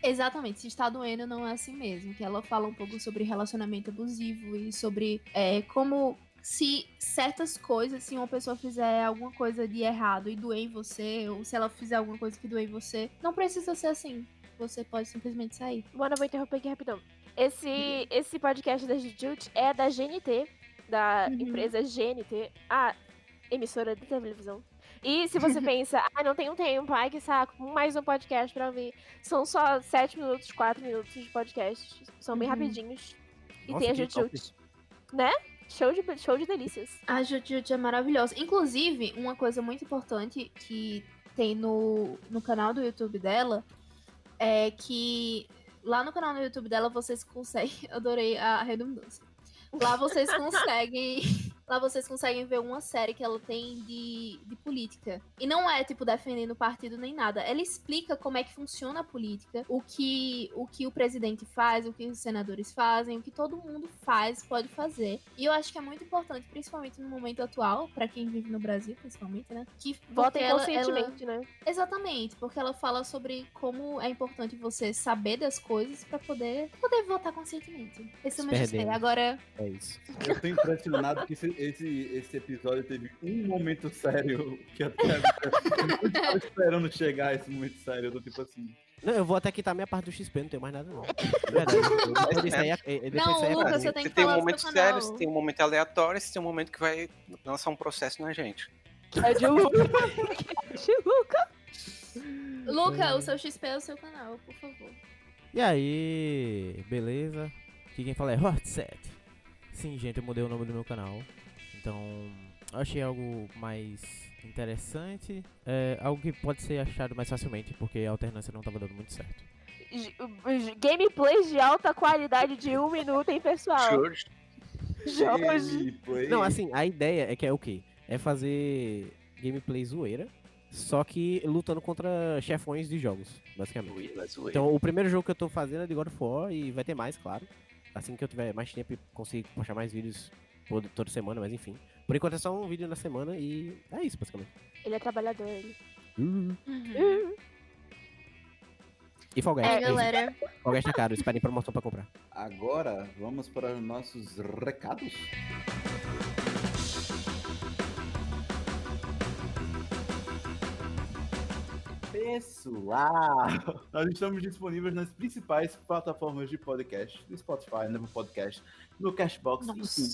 Exatamente, se está doendo não é assim mesmo. Que ela fala um pouco sobre relacionamento abusivo e sobre é, como se certas coisas, se uma pessoa fizer alguma coisa de errado e doer em você, ou se ela fizer alguma coisa que doer em você, não precisa ser assim. Você pode simplesmente sair. Mano, eu vou interromper aqui rapidão. Esse, esse podcast da Jujut é da GNT, da Uhum. empresa GNT, a emissora de televisão. E se você pensa, ah, não tenho tempo, ai que saco, mais um podcast pra ouvir. São só 7 minutos, 4 minutos de podcast. São bem Uhum. rapidinhos. E Nossa, tem a que top. Jujut. Né? Show de, show de delícias. A Jujutsu é maravilhosa. Inclusive, uma coisa muito importante que tem no, no canal do YouTube dela é que lá no canal do YouTube dela vocês conseguem. [laughs] Adorei a redundância. Lá vocês conseguem. [laughs] Lá vocês conseguem ver uma série que ela tem de, de política. E não é, tipo, defendendo partido nem nada. Ela explica como é que funciona a política, o que o, que o presidente faz, o que os senadores fazem, o que todo mundo faz, pode fazer. E eu acho que é muito importante, principalmente no momento atual, pra quem vive no Brasil, principalmente, né? Que porque Votem ela- ela- conscientemente, né? Exatamente, porque ela fala sobre como é importante você saber das coisas pra poder poder votar conscientemente. Esse é o meu Perdemos. XP. Agora, É isso. Eu tô impressionado que esse, esse, esse episódio teve um momento sério que até agora eu não tava esperando chegar esse momento sério. Eu tô tipo assim, Não, eu vou até quitar minha parte do XP, não tenho mais nada não. De Verdade. Depois disso aí, é- é- depois Não, isso aí é Lucas, pra mim. você tem que tem um falar do momento seu sério, canal. você tem um momento aleatório, você tem um momento que vai lançar um processo na gente. É [laughs] de Luca. É de Luca. Hum, Luca, o seu XP é o seu canal, por favor. E aí, beleza? Aqui quem fala é Hot Set. Sim, gente, eu mudei o nome do meu canal. Então, eu achei algo mais interessante. É, algo que pode ser achado mais facilmente, porque a alternância não tava dando muito certo. G- g- Gameplays de alta qualidade de um minuto, hein, pessoal? Jorge, Jorge. Gameplay. Não, assim, a ideia é que é o quê? É fazer gameplay zoeira, só que lutando contra chefões de jogos, basicamente. Luiz, Luiz, Luiz. Então, o primeiro jogo que eu tô fazendo é de God of War e vai ter mais, claro. Assim que eu tiver mais tempo e conseguir postar mais vídeos todo- toda semana, mas enfim. Por enquanto é só um vídeo na semana e é isso, basicamente. Ele é trabalhador, ele. E Fall Guys. Uhum. É, É, isso. galera. Fall Guys tá caro, esperem promoção pra comprar. Agora vamos para os nossos recados. Pessoal, nós estamos disponíveis nas principais plataformas de podcast, no Spotify, no Apple Podcast, no Cashbox, enfim,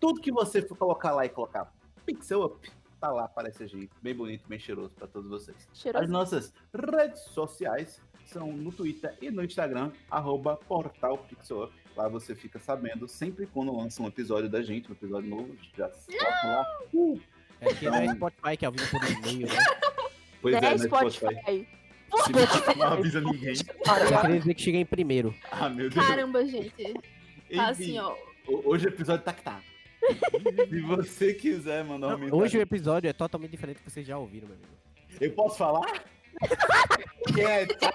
tudo que você for colocar lá e colocar Pixel Up, tá lá, parece a gente, bem bonito, bem cheiroso para todos vocês. As Cheiroso. nossas redes sociais são no Twitter e no Instagram, arroba portal Pixel Up. Lá você fica sabendo sempre quando lança um episódio da gente, um episódio novo, já solta lá. Uh, É que não é Spotify que é ao vivo por e-mail, né? pois Né, é, né, Spotify. Spotify. Spotify Não avisa ninguém. Eu queria dizer que cheguei em primeiro. [laughs] Ah, meu Deus. Caramba, gente. Tá assim, ó. ho- Hoje o episódio tá que tá. Se você quiser mandar uma mensagem. Hoje o episódio é totalmente diferente do que vocês já ouviram, meu amigo. Eu posso falar? é, tá.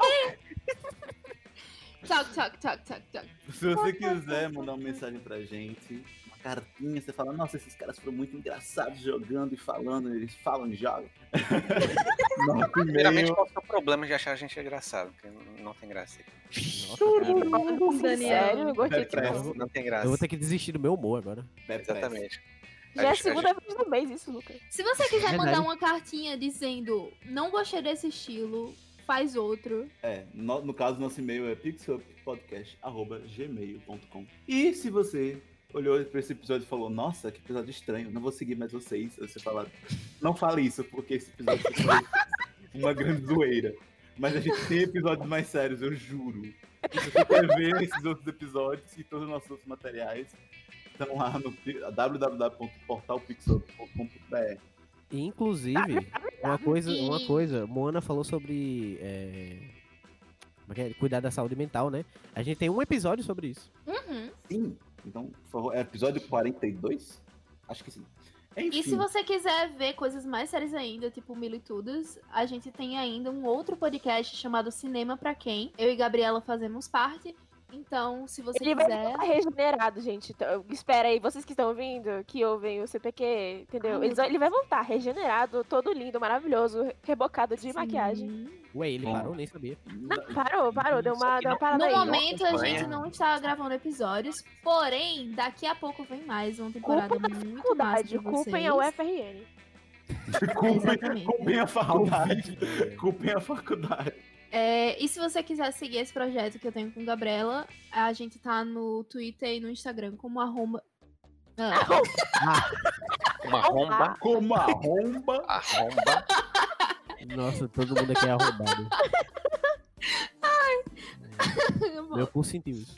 Toc, toc, toc, toc, toc. Se você quiser mandar uma mensagem pra gente, uma cartinha, você fala, nossa, esses caras foram muito engraçados jogando e falando, eles falam e jogam. [laughs] Nosso Primeiramente, e-mail- qual é o seu problema de achar a gente engraçado? Porque não não tem graça. aqui. Nossa, cara. Daniel. Sério, eu gostei Pera, disso. pera. Não, não tem graça. Eu vou ter que desistir do meu humor agora. Pé atrás. Exatamente. Já é a gente- segunda vez no mês isso, Luca. Se você quiser Verdade. mandar uma cartinha dizendo não gostei desse estilo, faz outro. É, no, no caso, nosso e-mail é pixuppodcast.gmail.com. E se você olhou pra esse episódio e falou, nossa, que episódio estranho, não vou seguir mais vocês, você fala, não fale isso, porque esse episódio foi uma grande zoeira. Mas a gente tem episódios mais sérios, eu juro. E se você quer ver esses outros episódios e todos os nossos outros materiais, estão lá no pi- www.portalpixel.com.br. E, Tá, Inclusive, uma coisa, uma E- coisa, Moana falou sobre é, como é que é? cuidar da saúde mental, né? A gente tem um episódio sobre isso. Uhum. Sim, então, por favor, é episódio 42? Acho que sim. Enfim. E se você quiser ver coisas mais sérias ainda, tipo Militudas, a gente tem ainda um outro podcast chamado Cinema Pra Quem. Eu e Gabriela fazemos parte. Então, se você Ele vai quiser. ficar Tá regenerado, gente. Então, espera aí, vocês que estão ouvindo, que ouvem o CPQ, entendeu? Ai, Eles- ele vai voltar regenerado, todo lindo, maravilhoso, rebocado de maquiagem. Sim. Ué, ele Bom. parou, [laughs] nem sabia. Não, parou, parou, deu Só uma, que deu uma não- parada No Tá aí. momento a acompanha. gente não está gravando episódios, porém, daqui a pouco vem mais uma temporada Culpa da muito massa faculdade, de culpem vocês. a UFRN. Culpem, Exatamente. culpem a faculdade. Covid. Culpem a faculdade. É, e se você quiser seguir esse projeto que eu tenho com a Gabriela, a gente tá no Twitter e no Instagram como arroba. Ah, [laughs] Uma romba. Como a romba. A romba. Nossa, todo mundo aqui é arrombado. Meu cu sentiu isso.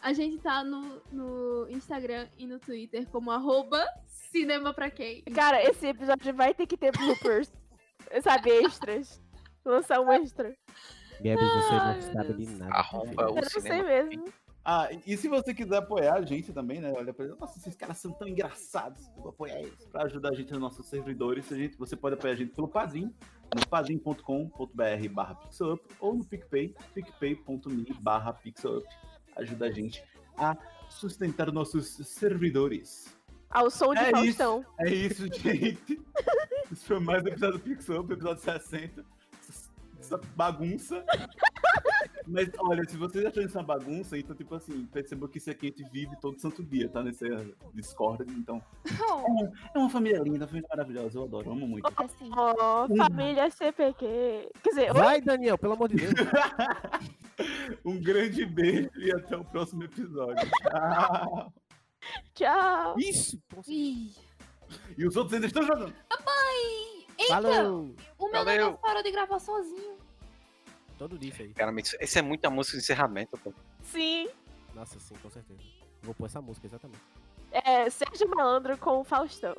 a gente tá no, no Instagram e no Twitter como arroba cinema pra quem. Cara, esse episódio vai ter que ter bloopers, [laughs] sabe, extras. Lançar É um extra. Gabi, você Ai, não meu sabe de nada. Arromba meu o- filho. Eu não sei cinema. mesmo. Ah, e se você quiser apoiar a gente também, né? Olha pra ele, nossa, esses caras são tão engraçados. Eu vou apoiar eles. Pra ajudar a gente nos nossos servidores, a gente, você pode apoiar a gente pelo Padrim, no padrim.com.br barra pixelup ou no PicPay, picpay.me barra pixelup. Ajuda a gente a sustentar os nossos servidores. Ao som de É isso. Faustão. É isso, gente. Esse foi um mais um episódio do Pixel, episódio 60. Essa bagunça. é Mas olha, se vocês acham isso uma bagunça, então, tipo assim, perceba que isso aqui a gente vive todo santo dia, tá? Nesse Discord, então. Não, É uma família linda, uma família maravilhosa, eu adoro, eu amo muito. assim, Ó, família CPQ. Quer dizer, Vai, Daniel, pelo amor [laughs] de Deus. Um grande beijo e até o próximo episódio. Ah, Tchau. tchau. Isso! consegui. ih. E os outros ainda estão jogando. Ai, eita, Valeu! o meu Valeu. negócio parou de gravar sozinho. Todo disso aí. Cara, mas isso- isso é muita música de encerramento, pô. Sim. Nossa, sim, com certeza. Vou pôr essa música, exatamente. É, Sérgio Malandro com o Faustão.